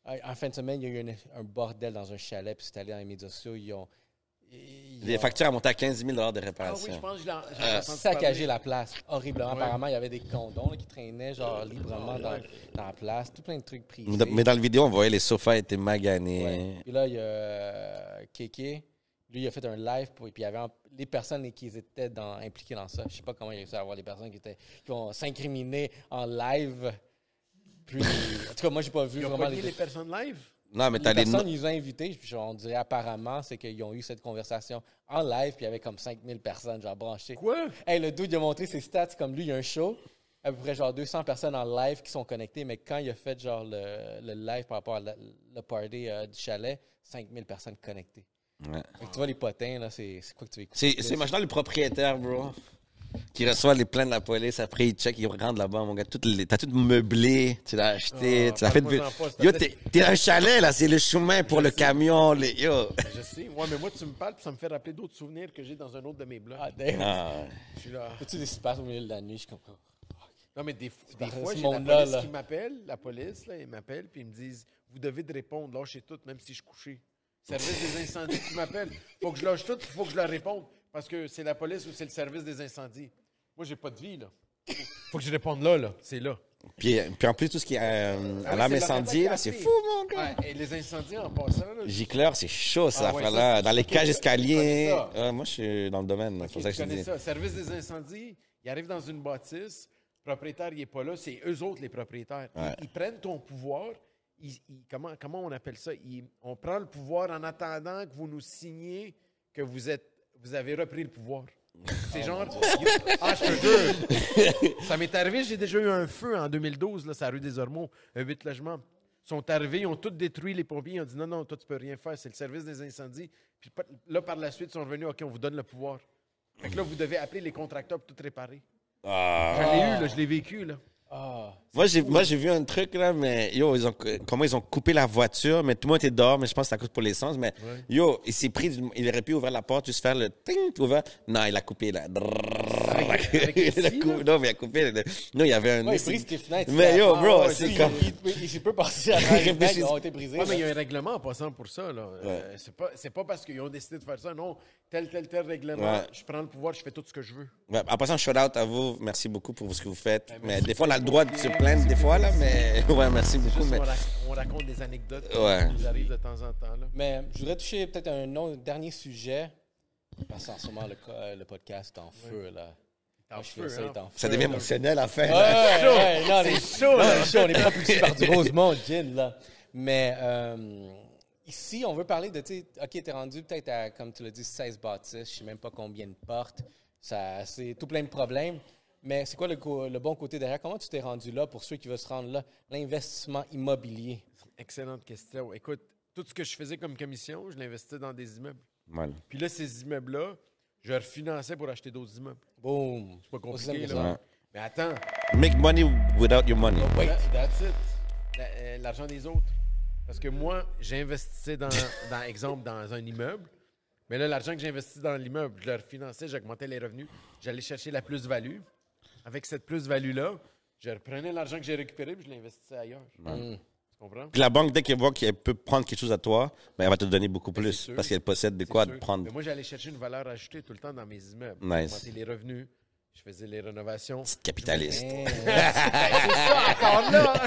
Euh, En fin de semaine, il y a eu une- un bordel dans un chalet, puis c'est allé dans les médias sociaux. Ils ont, ils
Les
ont
factures à monter à 15 000 de
Ah oui, je
réparation.
pense que je l'ai en- j'en ai
Euh,
entendu
saccagé
parler.
la place horriblement.
Ouais.
Apparemment, il y avait des condons là, qui traînaient genre librement dans, dans la place, tout plein de trucs pris.
Mais dans- mais dans le vidéo, on voyait les sofas étaient maganés.
Puis là, il y a euh, Kéké. Lui, il a fait un live, pour, puis il y avait en- les personnes qui étaient dans- impliquées dans ça. Je sais pas comment il a réussi à avoir les personnes qui, étaient, qui vont s'incriminer en live. Puis, en tout cas, moi, j'ai pas vu
Ils ont
vraiment
pogné
les,
les personnes live?
Non, mais
Les
t'as les
personnes,
no-
ils ont invités, puis on dirait apparemment, c'est qu'ils ont eu cette conversation en live, puis il y avait comme 5000 personnes, genre branchées.
Quoi?
Hey, le dude, il a montré ses stats, comme lui, il y a un show, à peu près genre 200 personnes en live qui sont connectées, mais quand il a fait genre le, le live par rapport à la- le party euh, du chalet, 5000 personnes connectées.
Ouais.
Fait que tu vois, les potins, là, c'est c'est quoi que tu veux écouter?
C'est c'est maintenant le propriétaire, bro, qui reçoit les plaintes de la police. Après, il check, il rentre là-bas, mon gars. Tout les- T'as tout meublé, tu l'as acheté,
Ah,
tu l'as fait.
parle-moi-en pas, s'il te
Yo,
plaît.
t'es t'es un chalet, là. C'est le chemin pour le camion, les yo.
Je sais. Ouais, mais moi, tu me parles, puis ça me fait rappeler d'autres souvenirs que j'ai dans un autre de mes blogs.
Ah, damn.
Ah,
Je suis là.
Peux-tu des super au milieu de la nuit? Je comprends.
Non, mais des, des
dans
fois,
ce
j'ai la
monde-là,
police
là.
qui m'appelle, la police, là, ils m'appellent, puis ils me disent Vous devez de répondre, lâchez tout, même si je suis couché. Service des incendies qui m'appelle. Faut que je lâche tout, puis faut que je leur réponde, parce que c'est la police ou c'est le service des incendies. Moi, j'ai pas de vie, là. Faut que je réponde là, là. C'est là.
puis, puis en plus, tout ce qui est euh, alarme
Ah c'est
incendie,
la
là, c'est fou, mon gars.
Ouais, et les incendies, en passant, là,
Gicleur, c'est chaud, cette
Ah ouais,
affaire-là.
ça,
dans les
ok,
cages
je-
escaliers.
je connais
Ah, moi, je suis dans le domaine. C'est pour ça que
Tu
je te
connais
dis.
ça. Service des incendies, ils arrivent dans une bâtisse, le propriétaire, il n'est pas là, c'est eux autres les propriétaires. Ils-
Ouais.
Ils, prennent ton pouvoir, ils- ils- comment, comment on appelle ça? Ils- on prend le pouvoir en attendant que vous nous signiez que vous, êtes, vous avez repris le pouvoir. C'est
Oh
genre. Ah, je te jure. ça m'est arrivé, j'ai déjà eu un feu en 2012, là, c'est la rue des Ormeaux, un huit logements. Ils sont arrivés, ils ont tout détruit, les pompiers, ils ont dit non, non, toi, tu peux rien faire, c'est le service des incendies. Puis pa- là, par la suite, ils sont revenus, OK, on vous donne le pouvoir. Fait que là, vous devez appeler les contracteurs pour tout réparer.
Ah,
Je l'ai eu, là, je l'ai vécu, là.
Ah.
Moi, j'ai, moi, j'ai vu un truc, là, mais yo, ils ont, comment ils ont coupé la voiture, mais tout le monde était dehors, mais je pense que c'est à cause pour l'essence, mais
Ouais.
yo, il s'est pris, du- il aurait pu ouvrir la porte, juste faire le ting, tout ouvert. Non, il a coupé, là. Ah
avec les
Il a
scies,
coupé- non, mais il a coupé. le- Non, il y avait un.
Ouais, ils brisent tes fenêtres.
Mais yo,
Ah,
bro,
ouais,
c'est
il-
comme-
Il, il- il peut passer à travers les fenêtres, ils ont été brisés.
Ouais, mais il y a un règlement en passant pour ça. là. Euh, c'est pas, c'est pas parce qu'ils ont décidé de faire ça. Non, tel, tel, tel règlement.
Ouais.
Je prends le pouvoir, je fais tout ce que je veux.
Ouais, en passant, shout out à vous. Merci beaucoup pour ce que vous faites. mais des fois, on a le droit de se plaindre, des fois, là, mais. Ouais, merci beaucoup.
Juste,
Mais...
on, rac- on raconte des anecdotes
Ouais.
qui nous arrivent de temps en temps. Là.
Mais je voudrais toucher peut-être un autre- dernier sujet. Parce qu'en ce moment, le, co- euh, le podcast est en feu, là.
T'es en
Moi, Ah, je fais
feu,
ça,
hein?
il est en feu.
Ça devient émotionnel, en fait.
Ouais, ouais, ouais, non, mais-
C'est chaud,
non,
là.
mais chaud, on est propulsé par du Rosemont gin, là. Mais euh, ici, on veut parler de, tu sais, OK, t'es rendu peut-être à, comme tu l'as dit, 16 bâtisses, je sais même pas combien de portes. Ça, c'est tout plein de problèmes. Mais c'est quoi le, co- le bon côté derrière? Comment tu t'es rendu là pour ceux qui veulent se rendre là? L'investissement immobilier.
Excellente question. Écoute, tout ce que je faisais comme commission, je l'investissais dans des immeubles.
Voilà.
Puis là, ces immeubles-là, je refinançais pour acheter d'autres immeubles.
Boom.
C'est pas
Au
compliqué,
système
là.
Ouais.
Mais attends,
Make money without your money.
Wait.
that- that's it. La- euh, L'argent des autres. Parce que moi, j'investissais dans, dans, exemple, dans un immeuble. Mais là, l'argent que j'investis dans l'immeuble, je le refinançais, j'augmentais les revenus, j'allais chercher la plus-value. Avec cette plus-value-là, je reprenais l'argent que j'ai récupéré puis je l'investissais ailleurs. Tu comprends?
Puis la banque, dès qu'elle voit qu'elle peut prendre quelque chose à toi, ben, elle va te donner beaucoup
c'est
plus
sûr.
parce qu'elle possède de
C'est
quoi
sûr.
de prendre.
Mais moi, j'allais chercher une valeur ajoutée tout le temps dans mes immeubles.
Nice.
Augmenter les revenus. Je faisais les rénovations.
Petite capitaliste.
Encore là!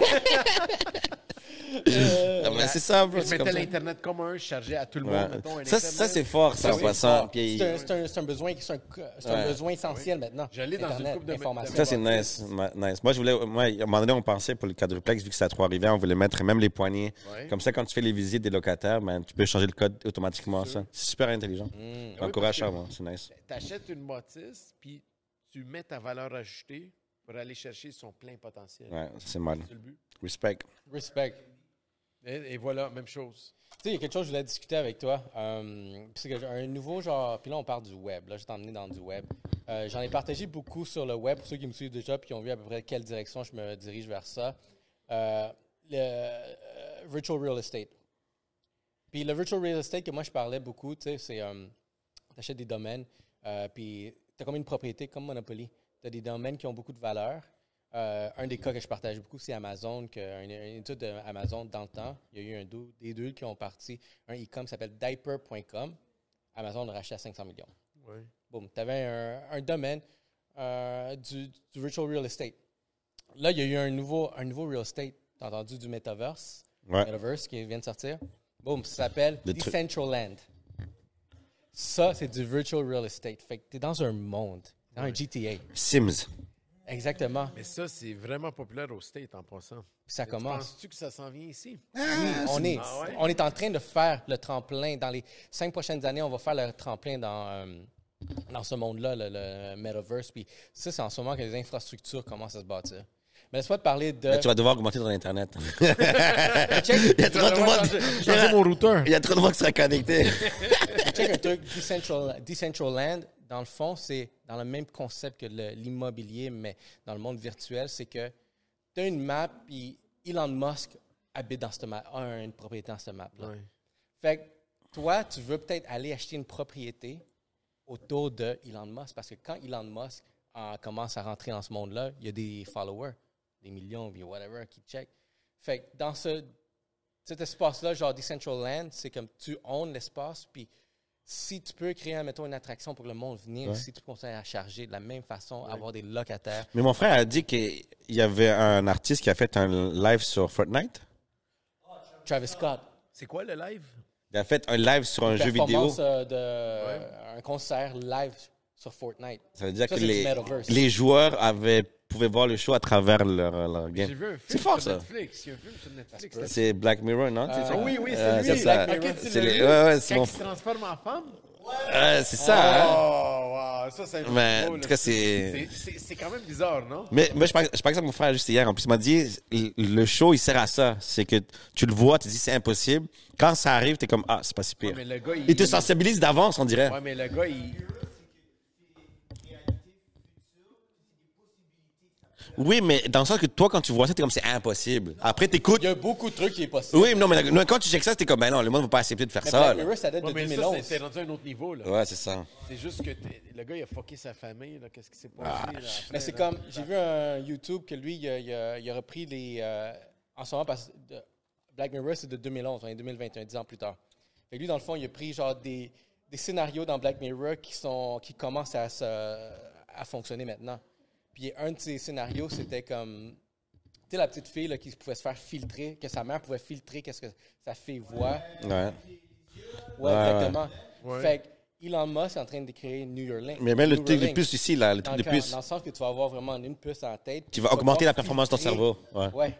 Ah, ben, c'est ça, bro.
Je
c'est comme
mettais
ça.
l'Internet commun, je chargeais à tout le
Ouais.
monde. mettons, un
Ça,
Internet.
ça, c'est fort, ça, en
C'est
passant.
fort.
Puis-
C'est un, c'est un- c'est un besoin, c'est un, c'est un
Ouais.
besoin essentiel maintenant.
J'allais dans une
Internet,
couple de-
information.
Ça, c'est nice. ma- nice. Moi, je voulais, moi, à un moment donné, on pensait pour le quadruplex, vu que c'est à Trois-Rivières, on voulait mettre même les poignées.
Ouais.
Comme ça, quand tu fais les visites des locataires, ben, tu peux changer le code automatiquement. ça. C'est super intelligent. Encourage
Mm.
ça,
Ah parce que-
moi. C'est nice.
T'achètes une bâtisse, puis tu mets ta valeur ajoutée pour aller chercher son plein potentiel.
Ouais, c'est mal.
C'est le but.
Respect.
Respect.
Et, et voilà, même chose.
Tu sais, il y a quelque chose que je voulais discuter avec toi. Euh, puis c'est que j'ai un nouveau genre. Puis là, on parle du web. Là, je t'ai emmené dans du web. Euh, J'en ai partagé beaucoup sur le web pour ceux qui me suivent déjà puis qui ont vu à peu près quelle direction je me dirige vers ça. Euh, le euh, virtual real estate. Puis le virtual real estate que moi je parlais beaucoup, tu sais, c'est euh, t'achètes des domaines, euh, puis t'as comme une propriété comme Monopoly. T'as des domaines qui ont beaucoup de valeur. Euh, un des cas que je partage beaucoup, c'est Amazon, que, une, une étude d'Amazon dans le temps. Il y a eu un dou- des deux qui ont parti un e-com qui s'appelle diaper.com. Amazon l'a racheté à 500 millions.
Ouais.
Boom. Tu avais un, un domaine euh, du, du virtual real estate. Là, il y a eu un nouveau, un nouveau real estate, t'as entendu, du metaverse.
Ouais.
Metaverse qui vient de sortir. Boom, ça s'appelle
Des trucs.
Decentraland. Ça, c'est du virtual real estate. Fait que t'es dans un monde, dans un GTA.
Sims.
Exactement.
Mais ça, c'est vraiment populaire au State en passant.
Ça
Tu
commence.
Penses-tu que ça s'en vient ici?
On est,
Ah ouais?
on est en train de faire le tremplin. Dans les cinq prochaines années, on va faire le tremplin dans, euh, dans ce monde-là, le, le metaverse. Puis ça, c'est en ce moment que les infrastructures commencent à se bâtir. Mais laisse-moi te parler de.
Euh.
Là, tu vas devoir augmenter ton Internet.
Check,
Il y a trop de monde.
Changer mon routeur.
Il y a trop de monde qui sera connecté.
check un truc. Decentral, Decentraland, dans le fond, c'est dans le même concept que le- l'immobilier, mais dans le monde virtuel. C'est que tu as une map, puis Elon Musk habite dans cette map, a une propriété dans cette map-là.
Ouais.
Fait que toi, tu veux peut-être aller acheter une propriété autour de Elon Musk parce que quand Elon Musk euh, commence à rentrer dans ce monde-là, il y a des followers, des millions, puis whatever, qui check. Fait que dans ce, cet espace-là, genre Decentraland, c'est comme tu owns l'espace, puis si tu peux créer, mettons, une attraction pour que le monde venir, si tu continues à charger de la même façon, avoir des locataires.
Mais mon frère a dit qu'il y avait un artiste qui a fait un live sur Fortnite.
Travis Scott,
C'est quoi le live?
Il a fait un live sur un jeu vidéo.
performance euh, de un concert live sur Fortnite.
Ça veut dire
Ça,
que
c'est du
les,
metaverse.
les joueurs avaient, pouvaient voir le show à travers leur, euh, leur
J'ai
game.
vu un film
C'est fort,
sur
ça.
Netflix. Il y a un film sur Netflix. là.
C'est Black Mirror, non? C'est ça?
Ah oui, oui, c'est
Euh,
lui.
C'est ça.
Black Mirror.
C'est les- ouais, ouais, c'est
Quand
mon
il se transforme en femme?
Euh, c'est ça. hein?
Oh, wow. Ça, c'est un
Mais, en
drôle,
tout
là.
cas, c'est-
C'est- C'est c'est quand même bizarre, non?
Mais moi, je parlais, je parlais ça à mon frère juste hier. En plus, il m'a dit, l- le show, il sert à ça. C'est que tu le vois, tu dis c'est impossible. Quand ça arrive, t'es comme, ah, c'est pas si pire.
Ouais, mais le gars, il...
Il te sensibilise d'avance, on dirait.
Ouais, mais le gars, il...
Oui, mais dans le sens que toi, quand tu vois ça, t'es comme c'est impossible. Après, t'écoutes.
Il y a beaucoup de trucs qui est possible.
Oui, mais non, mais non, quand tu checkes ça, t'es comme, ben non, le monde va pas accepter de faire
Mais
ça.
Black
là.
Mirror, ça date de
Ouais, mais ça,
2011.
c'est- c'est rendu à un autre niveau.
Ah.
là.
Ouais, c'est ça.
C'est juste que t'es- le gars, il a fucké sa famille. là. Qu'est-ce qui s'est passé?
Ah,
là,
je-
après,
Mais c'est
là?
comme, j'ai vu un YouTube que lui, il a, il a- il a repris les. euh, en ce moment, parce que de- Black Mirror, c'est de 2011, on est en 2021, 10 ans plus tard. Fait que lui, dans le fond, il a pris genre des, des scénarios dans Black Mirror qui, sont, qui commencent à, se- à fonctionner maintenant. Puis un de ces scénarios, c'était comme. Tu sais, la petite fille là, qui pouvait se faire filtrer, que sa mère pouvait filtrer qu'est-ce que sa fille voit.
Ouais.
Ouais,
Ouais,
exactement.
Ouais.
Fait que Elon Musk est en train de créer New Neuralink.
Mais même le
Neuralink.
truc de puce ici, là, le
Dans,
truc de
le-
puce.
dans le sens que tu vas avoir vraiment une puce en tête.
Qui
puis
va
tu vas
augmenter la
pouvoir
performance de ton
filtrer.
cerveau. Ouais.
Ouais.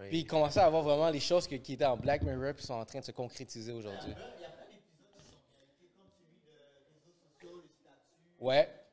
Ouais.
Puis il commençait à avoir vraiment les choses que- qui étaient en Black Mirror puis sont en train de se concrétiser aujourd'hui. Ouais.